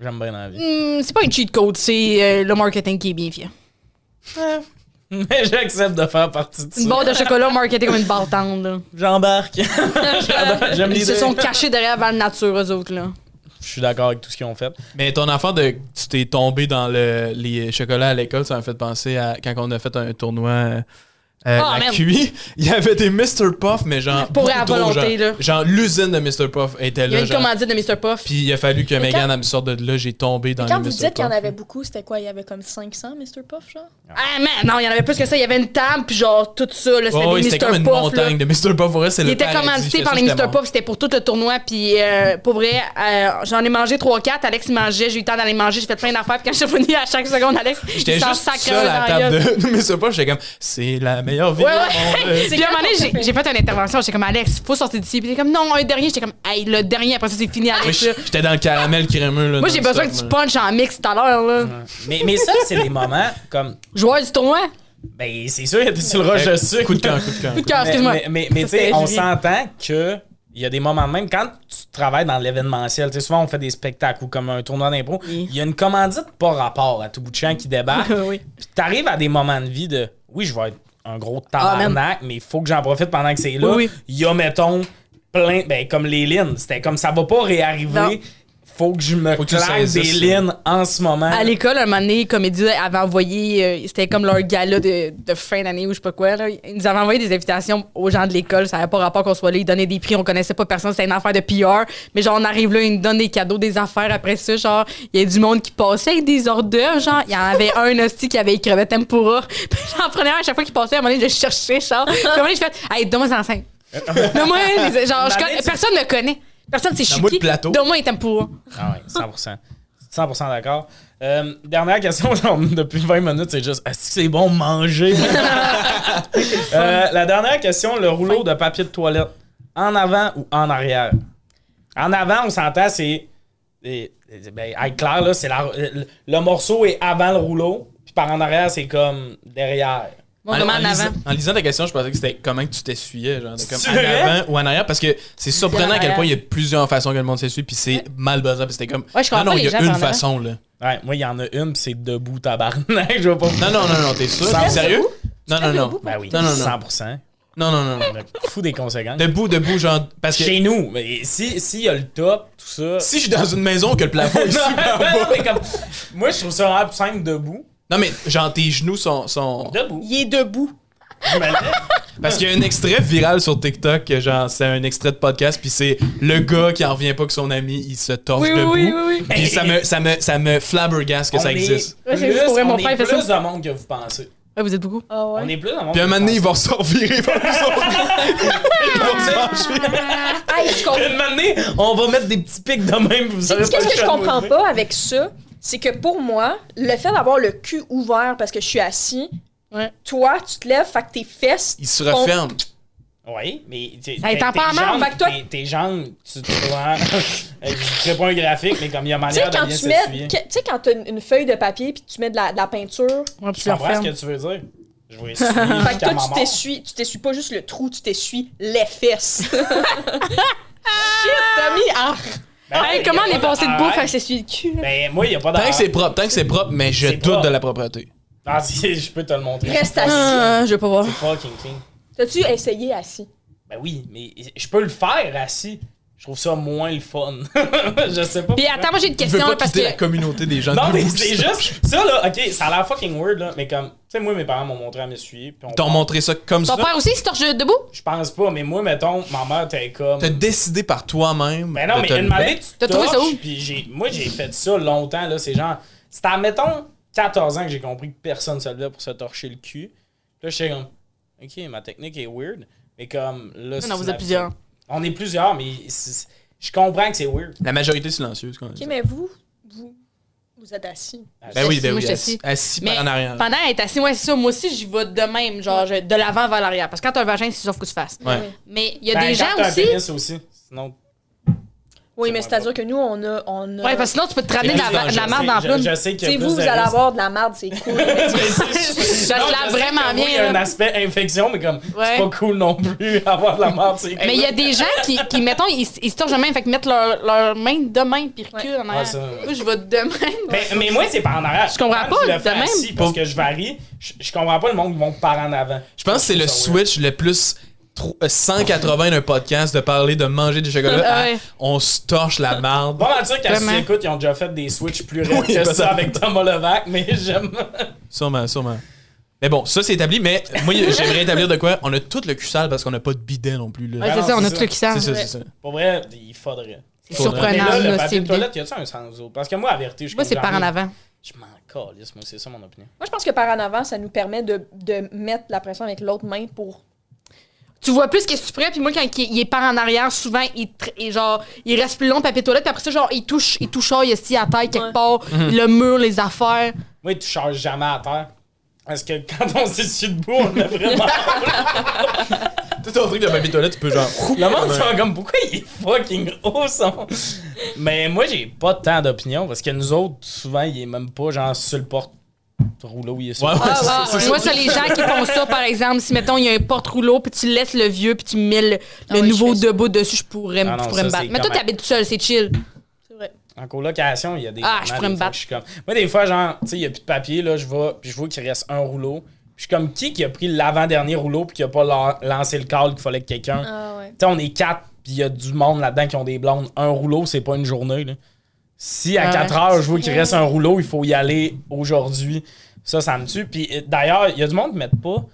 S1: j'aime bien dans la vie. <laughs>
S2: Hmm, c'est pas un cheat code, c'est euh, le marketing qui est bien fait.
S1: Mais j'accepte de faire partie de ça.
S2: Une barre de chocolat marketée comme une barre tendre, là. <laughs>
S1: J'embarque. J'adore- J'aime
S2: Ils
S1: l'idée.
S2: se sont cachés derrière Val Nature, eux autres, là.
S1: Je suis d'accord avec tout ce qu'ils ont fait.
S3: Mais ton enfant, de, tu t'es tombé dans le, les chocolats à l'école, ça m'a fait penser à quand on a fait un tournoi euh, à
S2: Ah, man.
S3: QI. Il y avait des Mr. Puff, mais genre.
S2: Pour la
S3: gros,
S2: volonté,
S3: genre,
S2: là.
S3: Genre, l'usine de Mr. Puff était
S2: Il y a
S3: là.
S2: une
S3: Genre,
S2: commandite de Mr. Puff.
S3: puis il a fallu que
S4: Mais
S3: Megan
S4: quand-
S3: elle me sorte de là, j'ai tombé dans
S4: Quand
S3: les
S4: vous
S3: Mr.
S4: dites qu'il y en
S3: Puff.
S4: avait beaucoup, c'était quoi? Il y avait comme 500 Mr. Puff, genre?
S2: Ah, man, non, il y en avait plus que ça. Il y avait une table, puis genre, tout ça, là, c'était des
S3: Oh, oui, c'était
S2: Mr.
S3: comme une
S2: Puff, là.
S3: montagne de Mr. Puff. Pour vrai, c'est
S2: Il
S3: le
S2: était
S3: paradis.
S2: commandité
S3: J'étais
S2: par les
S3: sûr que
S2: Mr.
S3: c'était
S2: Puff, c'était pour tout le tournoi. Puis euh, pour vrai, euh, j'en ai mangé 3-4. Alex il mangeait, j'ai eu le temps d'aller manger, j'ai fait plein d'affaires. Puis quand je suis revenue à chaque seconde, Alex,
S3: bon.
S2: il
S3: J'étais
S2: s'en
S3: juste
S2: sacrait
S3: seul à
S2: dans
S3: la
S2: la gueule.
S3: table de <laughs> Mr. Puff. J'étais comme, c'est la meilleure vie
S2: Ouais,
S3: au
S2: <laughs>
S3: monde.
S2: ouais. Puis à un moment donné,
S4: Qu'est-ce qu'on
S2: j'ai- j'ai fait une intervention. J'étais comme, Alex, faut sortir d'ici. Puis il était comme, non, un dernier. J'étais comme, hey, le dernier, après ça, c'est fini,
S3: Mais
S2: Alex. là.
S3: J'étais dans le caramel crémeux. Là,
S2: Moi, j'ai besoin que tu punches en mix tout à l'heure. là.
S1: Mais, mais ça, c'est des moments comme.
S2: Joueur du tournoi?
S1: Ben, c'est sûr, il était sur le rush de sucre.
S3: Coup de camp, coup de camp.
S2: Coup de cœur,
S1: Mais,
S2: excuse-moi.
S1: mais, mais, mais, tu sais,
S2: c'était
S1: on
S2: Julien.
S1: s'entend que. Il y a des moments de même, quand tu travailles dans l'événementiel, tu sais, souvent on fait des spectacles ou comme un tournoi d'impro, il
S2: Oui.
S1: y a une commandite pas rapport à tout bout de champ qui débarque.
S2: <laughs> Oui.
S1: Puis t'arrives à des moments de vie de oui, je vais être un gros
S2: Ah, man.
S1: tabarnak, mais il faut que j'en profite pendant que c'est là.
S2: Oui, oui.
S1: Il y a, mettons, plein, ben, comme les lignes. C'était comme ça va pas réarriver.
S2: Non.
S1: Faut que je me
S3: Faut que tu
S1: claque
S3: saisisses,
S1: des
S3: là.
S1: lignes en ce moment.
S3: Euh,
S2: À l'école, un moment donné, Comédie avait envoyé, euh, c'était comme leur gala de, de fin d'année ou je sais pas quoi, là. ils nous avaient envoyé des invitations aux gens de l'école, ça n'avait pas rapport qu'on soit là, ils donnaient des prix, on connaissait pas personne, c'était une affaire de PR, mais genre on arrive là, ils nous donnent des cadeaux, des affaires après ça, genre il y a du monde qui passait avec des hors d'œuvre, genre il y en avait un hostie qui avait écrit tempura, <laughs> puis j'en prenais un à chaque fois qu'il passait, à un moment donné je cherchais, genre, puis à un moment donné je fais, hey, donne-moi ça en scène.
S3: Euh,
S2: Donne-moi, un, les- genre,
S3: <laughs>
S2: je connais- personne ne connaît. Personne, c'est
S3: Donne-moi le
S2: chiqui.
S3: plateau.
S2: Donne-moi un tempura.
S1: Ah ouais, 100%. 100% d'accord. Euh, dernière question, <laughs> on- depuis 20 minutes, c'est juste est-ce que c'est bon manger Euh, La dernière question, le rouleau de papier de toilette, en avant ou en arrière En avant, on s'entend, c'est. et- et- Ben, à être clair, là, c'est la- le, le morceau est avant le rouleau, puis par en arrière, c'est comme derrière.
S2: Bon, comment en
S3: lisant-
S2: avant?
S3: en lisant ta question, je pensais que c'était comment que tu t'essuyais, genre de comme
S1: C'est
S3: en
S1: vrai?
S3: avant ou en arrière, parce que c'est surprenant à quel
S2: arrière.
S3: point il y a plusieurs façons que le monde s'essuie, puis c'est mal buzzant, puis c'était comme
S2: Ouais, je comprends
S3: non non,
S2: pas
S3: il y
S2: les gens
S3: a une
S2: par en avant.
S3: façon là.
S1: Ouais, moi, il y en a une, pis c'est debout, tabarnak. <laughs> Je veux pas.
S3: Non non non non, t'es sûr
S1: Ça,
S3: T'es sérieux Non non
S4: lèves
S3: non.
S4: debout
S1: Ben oui,
S3: Non, non, non.
S1: 100%.
S3: Non non non. non.
S1: On est Fou des conséquences.
S3: Debout debout genre parce que
S1: Chez nous, mais si- s'il y a le top, tout ça.
S3: si je suis dans une maison que le plafond
S1: <laughs>
S3: est
S1: Non, non,
S3: super bas.
S1: mais comme- Moi, je trouve ça vraiment plus simple debout.
S3: Non mais genre tes genoux sont sont
S1: Debout.
S2: Il est debout.
S1: Je me lève.
S3: Parce qu'il y a un extrait viral sur TikTok, que genre c'est un extrait de podcast, puis c'est le gars qui en revient pas que son ami il se torche
S2: Oui, oui,
S3: debout.
S2: oui, oui, oui.
S3: Puis ça me ça me ça me flabbergasse que
S1: On
S3: ça
S1: est
S3: existe.
S2: Ouais, j'ai
S1: plus-
S2: vu courir, mon
S1: on
S2: frère,
S1: est
S2: il fait
S1: plus de monde que vous pensez.
S2: Ouais, vous êtes beaucoup.
S4: Ah ouais.
S1: On est plus de monde.
S3: Puis un
S1: que
S3: moment
S1: vous pensez.
S3: donné, il va ressortir, il va nous sauver. Il va se manger.
S4: Hey, je comprends.
S1: Puis <laughs> un moment donné, on va mettre des petits pics de même. Vous
S4: C'est-
S1: savez
S4: Qu'est-ce que je comprends
S1: pas.
S4: pas avec ça, c'est que pour moi, le fait d'avoir le cul ouvert parce que je suis assis,
S2: Ouais.
S4: toi, tu te lèves, fait que tes fesses.
S3: Il se referme.
S1: Oui, mais. t'es-
S2: Ça
S1: t'es-
S2: étend
S1: tes
S2: pas en marbre,
S1: jambes-
S4: fait que toi-
S1: Tes, tes jambes, tu te vois. hein. <laughs> je ferai pas un graphique, mais comme il y a
S4: Tu sais,
S1: manière de
S4: quand
S1: bien
S4: tu mets.
S1: s'essuyer.
S4: que- Tu sais, quand t'as une une feuille de papier puis tu mets de la, de la peinture,
S2: Ouais, puis
S1: Je
S2: tu le
S1: comprends ce
S2: refermes.
S1: que tu veux dire. Je
S4: <laughs>
S1: vais essayer.
S4: fait que
S1: jusqu'à
S4: toi,
S1: ma
S4: tu
S1: mort.
S4: t'essuies, tu t'essuies pas juste le trou, tu t'essuies les
S1: <laughs>
S4: fesses. Shit, Tommy, ah!
S1: Ben,
S2: Hey,
S1: y a
S2: comment on est
S1: pas
S2: passé de beau
S1: d'arrêt.
S2: faire s'essuyer le cul? là?
S1: Ben, moi, il n'y a pas
S3: Tant que
S1: <laughs> d'arrêt.
S3: c'est propre, tant que c'est propre, mais je
S1: C'est
S3: doute
S1: propre.
S3: de la propreté.
S1: Ah, si, je peux te le montrer.
S4: Reste assis.
S2: Ah, je vais pas voir.
S1: C'est fucking clean.
S4: T'as-tu essayé assis?
S1: Ben oui, mais je peux le faire assis. Je trouve ça moins le fun. <laughs> je sais pas.
S2: Puis
S1: pourquoi.
S2: attends, moi j'ai une
S3: Je veux
S2: question
S3: pas
S2: là, parce
S3: quitter
S2: que.
S3: la communauté des gens.
S1: Non,
S3: debout
S1: mais
S3: qui
S1: c'est
S3: se torchent.
S1: juste. Ça, là, ok, ça a l'air fucking weird, là. Mais comme. Tu sais, moi, mes parents m'ont montré à m'essuyer. puis on-
S3: Ils t'ont montré ça comme
S2: Ton
S3: ça.
S2: père aussi, il se torche debout?
S1: Je pense pas, mais moi, mettons, ma mère, t'es comme.
S3: T'as décidé par toi-même.
S1: Ben non,
S3: de
S1: mais
S3: te
S1: une
S3: lever.
S1: manée, tu
S2: T'as trouvé ça
S1: torches,
S2: où?
S1: Puis j'ai, moi, j'ai fait ça longtemps, là. C'est genre, c'était à, mettons, 14 ans que j'ai compris que personne se levait pour se torcher le cul. Puis là, j'étais comme, OK, ma technique est weird. Mais comme, là, c'est
S2: Non, vous
S1: une-
S2: êtes plusieurs.
S1: On est plusieurs, mais c'est- c'est- je comprends que c'est weird.
S3: La majorité silencieuse, quand même.
S4: Ok, mais vous, vous, vous êtes assis.
S3: Ben oui, ben
S2: Moi,
S3: oui,
S2: je
S3: assis,
S2: suis
S3: assis
S2: Mais
S3: par en arrière.
S2: pendant elle est assise, ouais, c'est ça. Moi aussi, j'y vais de même, genre je- de l'avant vers l'arrière. Parce que quand t'as un vagin, c'est sauf que tu fasses.
S3: Ouais.
S2: Mais il y a
S1: Ben,
S2: des
S1: quand
S2: gens
S1: t'as un
S2: aussi.
S1: pénis aussi. Sinon,
S4: Oui,
S1: C'est
S4: mais
S1: moins
S4: c'est-à-dire que nous, on a. On a
S2: Ouais, parce que sinon, tu peux te ramener de
S3: plus
S2: la, de la
S3: dangereux,
S2: merde dans la
S1: je,
S2: plume.
S1: je sais
S4: tu
S1: qu'il y
S4: sais,
S1: a plus
S4: vous, vous
S1: de
S4: allez
S1: risques.
S4: avoir de la merde, c'est cool.
S1: <laughs>
S4: mais tu sais,
S2: Ça se lave vraiment bien,
S1: Il y a un
S2: là.
S1: aspect infection, mais comme, c'est
S2: Ouais.
S1: pas cool non plus <laughs> avoir de la merde. c'est
S2: Mais il y a
S1: cool.
S2: des gens qui, qui mettons, ils, ils se torchent de même, fait que mettent leur, leur main de main puis reculent en
S1: Ouais, ça, Ben,
S2: arrière.
S1: ouais.
S2: Moi, je vais de même.
S1: Mais, mais moi, c'est par en arrière.
S2: Je comprends
S1: Quand
S2: pas,
S1: je le fais
S2: de même.
S1: assis parce que je varie. Je, je comprends pas le monde qui vont par en avant.
S3: Je pense que c'est le
S1: Ça, ouais.
S3: switch le plus tro- euh, 180 d'un podcast de parler de manger du chocolat. à
S2: Ouais.
S3: On se torche la marde.
S1: Pas mal sûr qu'à
S2: Vraiment.
S1: ce écoute, ils ont déjà fait des switches plus rapides
S3: Oui,
S1: que
S3: peut-être.
S1: ça avec Thomas Levac, mais <laughs> j'aime.
S3: <laughs> Sûrement, sûrement. Mais bon, ça c'est établi, mais moi j'aimerais établir de quoi? On a tout le cul sale parce qu'on n'a pas de bidet non plus. là.
S2: Ouais, c'est
S1: non,
S2: ça, on
S1: c'est
S2: a
S1: ça.
S2: tout le qui sert.
S3: c'est ça, c'est ça.
S1: Pour vrai, il faudrait.
S2: C'est
S3: Faudrait.
S1: Mais
S2: surprenant,
S1: là, le
S2: là, c'est
S1: papier de
S2: bien.
S1: toilette, y a-tu un sens aux autres? Parce que moi, la vérité, je suis
S2: Moi,
S1: comme
S2: c'est par
S1: genre,
S2: en avant.
S1: Je m'en calisse, moi, c'est ça mon opinion.
S4: Moi, je pense que par en avant, ça nous permet de, de mettre la pression avec l'autre main pour.
S2: tu vois plus qu'est-ce que tu prends puis moi quand il, il est par en arrière souvent il tr- et genre il reste plus long le papier toilette puis après ça genre il touche il touche il est à terre quelque
S4: Ouais.
S2: part
S1: Mhm.
S2: le mur les affaires
S1: Moi, tu charges jamais à terre. Parce que quand on s'essuie debout, on a vraiment.
S3: Tout ton truc de papier toilette, tu peux genre.
S1: Le monde sont comme pourquoi il est fucking haut son. Mais moi j'ai pas tant d'opinion parce que nous autres souvent il est même pas genre sur le porte rouleau il est sur.
S3: Ouais,
S1: le
S3: ouais, c'est ça,
S2: Ah,
S3: c'est ça.
S2: moi ça les gens qui font ça par exemple si mettons il y a un porte rouleau puis tu laisses le vieux puis tu mets le, le
S4: ouais,
S2: nouveau
S4: je fais ça.
S2: debout dessus je pourrais,
S1: Ah non,
S2: je pourrais
S1: ça,
S2: me
S1: c'est
S2: battre mais toi
S1: comment-
S2: t'habites tout seul c'est chill
S4: C'est vrai.
S1: En colocation il y a des.
S2: Ah,
S1: moments,
S2: je pourrais
S1: des
S2: me
S1: fois,
S2: battre.
S1: que Je suis comme. Moi des fois genre tu sais il y a plus de papier là je vois puis je vois qu'il reste un rouleau. Puis Je suis comme qui qui a pris l'avant dernier rouleau puis qui a pas lan- lancé le call qu'il fallait que quelqu'un.
S4: Ah ouais.
S1: Tu sais on est quatre puis il y a du monde là-dedans qui ont des blondes. Un rouleau c'est pas une journée là. Si à
S2: Ouais.
S1: 4 heures, je vois qu'il reste un rouleau, il faut y aller aujourd'hui. Ça, ça me tue. Puis euh, d'ailleurs, il y a du monde qui ne met pas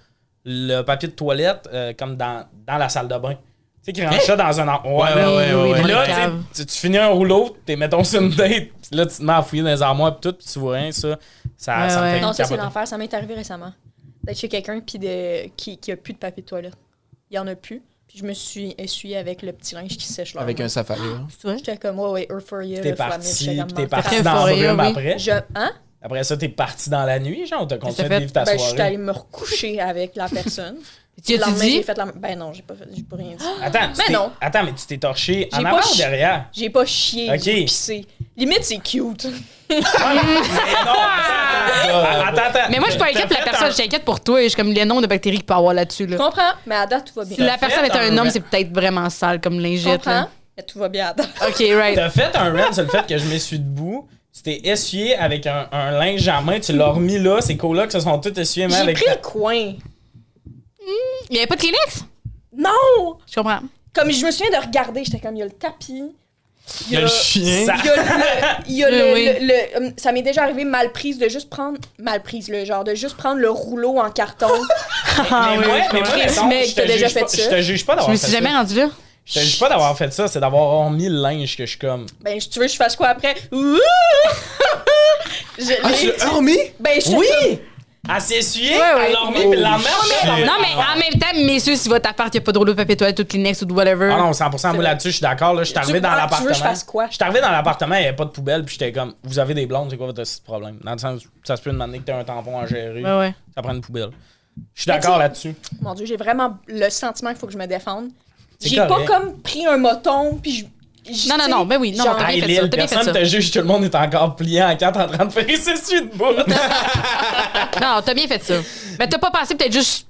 S1: le papier de toilette euh, comme dans, dans la salle de bain. Tu sais, qui range ça dans un. en- Ouais,
S3: ouais,
S1: ouais.
S2: Oui,
S3: ouais,
S2: oui,
S3: ouais.
S2: dans
S1: Puis
S2: le
S1: là, tu sais,
S2: cave.
S1: tu, tu finis un rouleau, t'es mettons sur une date, puis là, tu te mets à fouiller dans les armoires, puis tout, puis tu vois rien, ça. Ça,
S2: Ouais,
S1: ça me
S2: ouais.
S1: fait
S4: Non, ça, c'est
S1: capoter.
S4: l'enfer. Ça m'est arrivé récemment. D'être chez quelqu'un puis de... qui, qui a plus de papier de toilette. Il y en a plus. Puis je me suis essuyée avec le petit linge qui sèche là.
S3: Avec un safari. hein.
S2: C'est vrai?
S4: J'étais comme, ouais, ouais, euphoria.
S1: T'es
S4: le flamme,
S1: parti,
S4: j'étais comme, ah,
S1: puis t'es
S4: man,
S1: parti
S2: Très
S1: dans le
S2: forêt,
S1: brume <laughs>
S2: oui.
S1: après.
S4: Je... Hein?
S1: Après ça, t'es parti dans la nuit, genre, on t'a continué de
S2: fait-
S1: vivre ta
S4: Ben, je suis
S1: soirée.
S4: allée me recoucher avec la <laughs> personne.
S2: tu
S4: Le
S2: as
S4: lendemain,
S2: dit
S4: j'ai fait la... Ben non, j'ai pas, fait... j'ai pas rien dit.
S1: Attends, tu
S4: Mais
S1: t'es-
S4: non.
S1: Attends, mais tu t'es torché en
S4: J'ai pas <laughs>
S1: avant ou
S4: chi-
S1: derrière?
S4: J'ai pas chié,
S1: Ok.
S4: j'ai pissé. Limite, c'est cute.
S1: Mais non, attends, attends, attends.
S2: Mais moi, je suis pas inquiète pour
S1: T'as fait
S2: la personne.
S1: un-
S2: Je suis inquiète pour toi. Je suis comme les noms de bactéries qu'il peut avoir là-dessus.
S4: Je
S2: Là.
S4: comprends, mais à date, tout va
S2: Si
S4: bien.
S2: la personne est un
S1: un
S2: homme,
S1: rap.
S2: c'est peut-être vraiment sale comme
S4: Je
S2: lingette.
S4: comprends,
S2: là.
S4: mais tout va bien à date.
S2: OK, right.
S1: T'as fait un rant sur le fait que je me suis debout. C'était essuyé avec un, un linge à main, tu l'as remis là, ces colocs se sont tous essuyés mais
S4: J'ai
S1: avec
S4: pris
S1: ta-
S4: le coin.
S2: Il n'y avait pas de Kleenex?
S4: Non!
S2: Je comprends.
S4: Comme je me souviens de regarder, j'étais comme, il y a le tapis.
S3: Il y a le chien.
S1: Ça-
S4: Il y a le- il y a le-
S2: Oui, oui.
S4: le- le- hum, ça m'est déjà arrivé mal prise de juste prendre mal prise le genre de juste prendre le rouleau
S2: <laughs>
S4: en carton.
S2: Ah,
S1: mais moi,
S2: oui, je
S1: mais moi,
S2: comprends.
S1: mettons,
S4: mec,
S1: je te
S4: t'as déjà
S1: juge
S4: fait
S1: pas-
S4: ça.
S1: Je te juge pas
S2: Je
S1: d'avoir
S2: me
S1: fait Oh,
S2: suis
S1: ça.
S2: jamais rendu là.
S1: Je te juge pas d'avoir fait ça, c'est d'avoir remis le linge que je suis comme.
S4: ben tu veux que je fasse quoi après <laughs> Ouh! Je
S3: Ah, tu
S4: l'ai-
S3: l'as remis?
S4: ben je
S1: Oui! Elle s'est essuyée,
S2: Ouais, ouais.
S1: elle l'a remis, puis la merde, elle l'a remis.
S2: Non, mais en même temps, messieurs, si votre appart, il n'y a pas de rouleau de papier toilette ou de Kleenex ou de whatever.
S1: Ah non, 100% moi là-dessus, je suis d'accord. là, Je suis arrivé
S4: veux-
S1: dans
S4: ah, tu veux que
S1: l'appartement.
S4: je fasse quoi?
S1: Je suis arrivé dans l'appartement, il n'y avait pas de poubelle, puis j'étais comme, vous avez des blondes, c'est quoi votre petit problème? Dans le sens, ça se peut demander que tu as un tampon à gérer,
S2: Ouais, ouais.
S1: ça prend une poubelle. Je suis d'accord là-dessus.
S4: Mon dieu, j'ai vraiment le sentiment qu'il faut que je me défende.
S1: C'est
S4: J'ai pas
S1: correct.
S4: comme pris un moton puis je je-
S2: Non, non,
S4: tu sais,
S2: non, ben oui, non,
S4: genre-
S2: t'as
S1: Hey,
S2: bien fait ça,
S1: Lille,
S2: t'as bien fait
S1: personne
S2: ça.
S1: te juge, tout le monde est encore plié en quatre en train de faire ses suites de boule.
S2: Non, t'as bien fait ça. Mais t'as pas pensé peut-être juste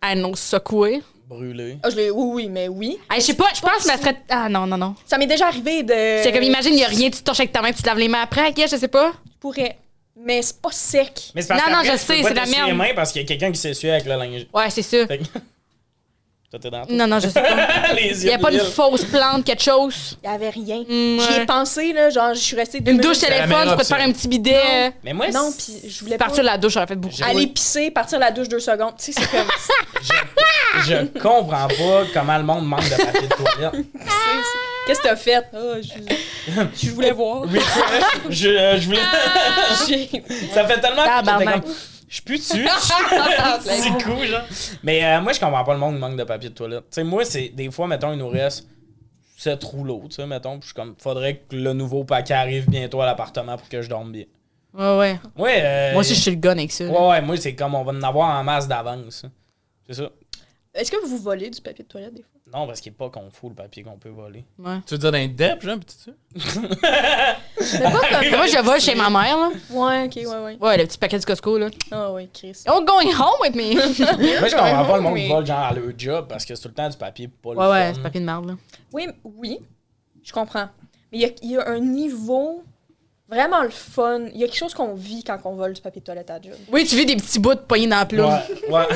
S2: à nous secouer.
S1: Brûlé.
S4: Ah, je l'ai- oui oui, mais oui.
S2: Ah, je sais pas, je pense que ma strat... Ah non, non, non.
S4: Ça m'est déjà arrivé de
S2: C'est comme, imagine, il a rien, tu te torches avec ta main, tu te laves les mains après, ok, je sais pas.
S4: je pourrais mais c'est pas sec.
S1: Mais c'est parce
S2: Non, non,
S1: qu'après,
S2: je
S1: tu
S2: sais,
S1: peux pas
S2: c'est de la
S1: t'essuyer
S2: merde.
S1: les mains parce qu'il y a quelqu'un qui s'essuie avec le linge.
S2: Ouais, c'est ça.
S1: Fait que- <laughs> Toi, t'es dans tout.
S2: Non, non, je sais pas.
S1: <laughs> Les
S2: Il
S1: yeux
S2: y a pas
S1: de
S2: une
S1: Lille.
S2: fausse plante, quelque chose.
S4: Il y avait rien.
S2: Mm,
S4: J'y
S2: ouais.
S4: ai pensé là, genre je suis restée deux
S2: Une douche
S4: minutes.
S3: la
S2: téléphone, tu
S3: meilleure
S2: peux te faire
S3: option.
S2: un petit bidet.
S1: Mais moi,
S4: Non,
S1: c'est-
S4: puis je voulais pas
S2: Partir de la douche, j'aurais fait beaucoup.
S1: J'ai-
S4: aller
S1: Oui.
S4: pisser, partir de la douche deux secondes. Tu sais, c'est <laughs> comme. c'est-
S1: je comprends pas comment le monde manque de papier de
S2: <laughs>
S1: toilette.
S4: c'est- Qu'est-ce que t'as fait? Ah, je,
S1: <laughs>
S4: je voulais voir.
S1: Refresh, je, euh, je voulais.
S4: <laughs> J'ai-
S1: Ça fait tellement que j'étais
S2: Ah. Tabarnak.
S1: comme. Je suis plus dessus.
S2: <laughs>
S1: C'est cool, genre. Mais euh, moi, je comprends pas le monde qui manque de papier de toilette. Tu sais, moi, c'est des fois, mettons, il nous reste sept rouleaux, tu sais, mettons. puis je suis comme, faudrait que le nouveau paquet arrive bientôt à l'appartement pour que je dorme bien.
S2: Ouais, ouais.
S1: Ouais, euh,
S2: Moi aussi, je suis le gun avec ça.
S1: Ouais, ouais, moi, c'est comme on va en avoir en masse d'avance. C'est ça.
S4: Est-ce que vous volez du papier de toilette des fois?
S1: Non, parce qu'il n'est pas qu'on fout le papier qu'on peut voler.
S2: Ouais.
S3: Tu veux dire d'un dep, genre, pis tout ça?
S4: Mais pas <laughs> comme.
S2: Mais Moi, je vais chez ma mère, là.
S4: Ouais, ok, ouais, ouais.
S2: Ouais, le petit paquet du Costco, là.
S4: Ah, ouais, Chris.
S2: Oh, going home with <laughs> me.
S1: Moi, je comprends pas le monde
S4: mais-
S1: qui vole genre à leur job parce que c'est tout le temps du papier pas le
S2: Ouais, ouais,
S1: fun.
S2: c'est papier de merde, là.
S4: Oui, oui, je comprends. Mais il y a- il y, a un niveau vraiment le fun. Il y a quelque chose qu'on vit quand on vole du papier de toilette à job.
S2: Oui, tu vis des petits bouts de poignée dans la plume.
S1: Ouais, ouais. <laughs>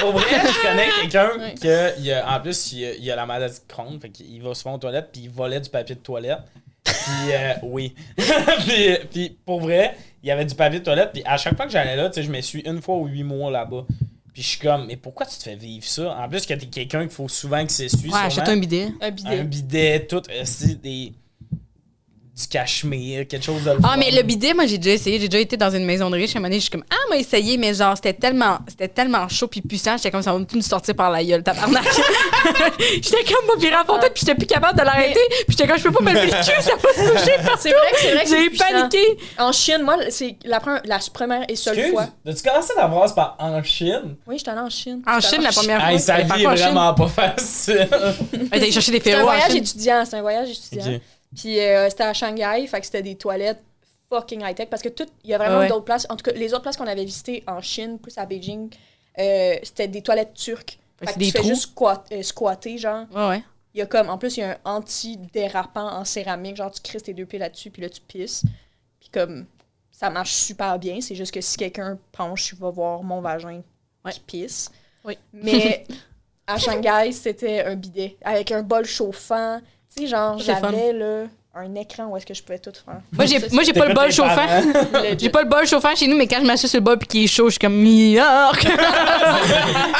S1: Pour vrai, je connais quelqu'un
S4: Ouais.
S1: que, il a- en plus, il a, il a la maladie de Crohn, fait qu'il va souvent aux toilettes, puis il volait du papier de toilette. Puis,
S2: <laughs>
S1: euh, oui. <laughs> puis, puis, pour vrai, il y avait du papier de toilette, puis à chaque fois que j'allais là, tu sais, je me suis une fois ou huit mois là-bas. Puis je suis comme, mais pourquoi tu te fais vivre ça? En plus, que t'es quelqu'un qu'il faut souvent que s'essuie.
S2: Ouais,
S1: sûrement.
S2: achète un bidet.
S4: Un
S1: un
S4: bidet.
S1: bidet, tout, euh, c'est des du cachemire, quelque chose de. le
S2: Ah,
S1: fun.
S2: mais le bidet, moi, j'ai déjà essayé. J'ai déjà été dans une maison de riche. À un moment donné, je suis comme, ah, moi, essayé, mais genre, c'était tellement, c'était tellement chaud puis puissant. J'étais comme, ça va tout me sortir par la gueule, tabarnak. <laughs> j'étais comme, pas pirate fontaine, puis j'étais plus capable de l'arrêter. Puis j'étais comme, je peux pas me lever le cul, ça va se <laughs> toucher partout.
S4: C'est vrai que c'est vrai que
S2: J'ai
S4: c'est puissant.
S2: paniqué.
S4: En Chine, moi, c'est la, première- la première et seule
S1: Excuse,
S4: fois.
S1: as-tu commencé la phrase par en Chine?
S4: Oui, j'étais allée en Chine.
S2: En
S4: J'étais
S2: Chine,
S4: allée
S2: la première fois.
S1: Hey, sa
S2: j'allais faire
S1: vie est
S2: quoi en Chine?
S1: vraiment pas facile.
S2: Ouais, J'allais chercher des
S4: C'est un
S2: férots en
S4: voyage
S2: Chine.
S4: étudiant, c'est un voyage étudiant. Puis euh, c'était à Shanghai, fait que c'était des toilettes fucking high-tech parce que tout, il y a vraiment
S2: Ah ouais.
S4: d'autres places. En tout cas, les autres places qu'on avait visitées en Chine, plus à Beijing, euh, c'était des toilettes turques.
S2: Fait
S4: Fait,
S2: que
S4: que
S2: des
S4: tu fais
S2: trous.
S4: juste squat- euh, squatter, genre.
S2: Ouais, ouais.
S4: Il y a comme, en plus, il y a un anti-dérapant en céramique, genre tu crisses tes deux pieds là-dessus, puis là tu pisses. Puis comme, ça marche super bien, c'est juste que si quelqu'un penche, il va voir mon vagin
S2: Ouais.
S4: qui pisse.
S2: Oui. <laughs>
S4: Mais à Shanghai, c'était un bidet avec un bol chauffant. Tu sais, genre,
S2: C'est fun.
S4: j'avais là, un écran où est-ce que je pouvais tout
S2: <laughs>
S4: faire.
S2: Moi, j'ai, moi, j'ai pas le bol chauffant.
S4: Legit.
S2: J'ai pas le bol chauffant chez nous, mais quand je m'assois sur le bol puis qu'il est chaud, je suis comme New York. <laughs> je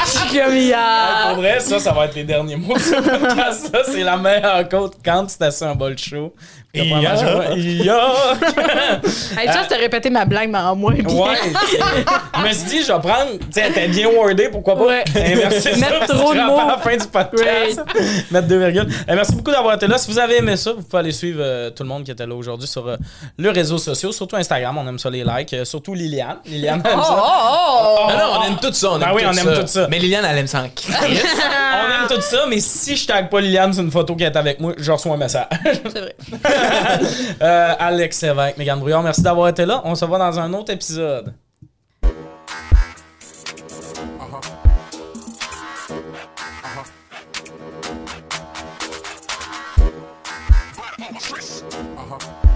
S2: suis comme
S1: Pour
S2: York.
S1: vrai, ça, ça va être les derniers mots de ce podcast. Ça, c'est la meilleure côte quand tu t'assis un bol chaud. T'as pas
S3: Ia.
S1: mangé-
S2: <laughs>
S1: Ia.
S2: Hey, chance de répéter ma blague, mais en moins bien.
S1: Ouais. Je me suis dit, je vais prendre. Tu sais, elle était bien wordée, pourquoi pas?
S2: Ouais.
S1: Inverser ça,
S2: Mettre
S1: parce que
S2: trop de
S1: je vais
S2: mots.
S1: faire la fin du podcast. Mettre deux virgules. Eh, merci beaucoup d'avoir été là. Si vous avez aimé ça, vous pouvez aller suivre euh, tout le monde qui était là aujourd'hui sur euh, le réseau social, surtout Instagram, on aime ça les likes, euh, surtout Liliane. Liliane
S2: Oh,
S1: aime ça.
S3: Ah non, on aime tout ça. On
S1: Ben
S3: aime
S1: oui,
S3: tout
S1: on aime
S3: ça.
S1: tout ça.
S3: Mais Liliane, elle aime ça en crise.
S1: On aime tout ça, mais si je tag pas Liliane sur une photo qui est avec moi, je reçois un message. <laughs>
S2: C'est vrai.
S1: Euh, Alex Sévec, Mégane Brouillard, merci d'avoir été là. On se voit dans un autre épisode.
S5: Uh huh.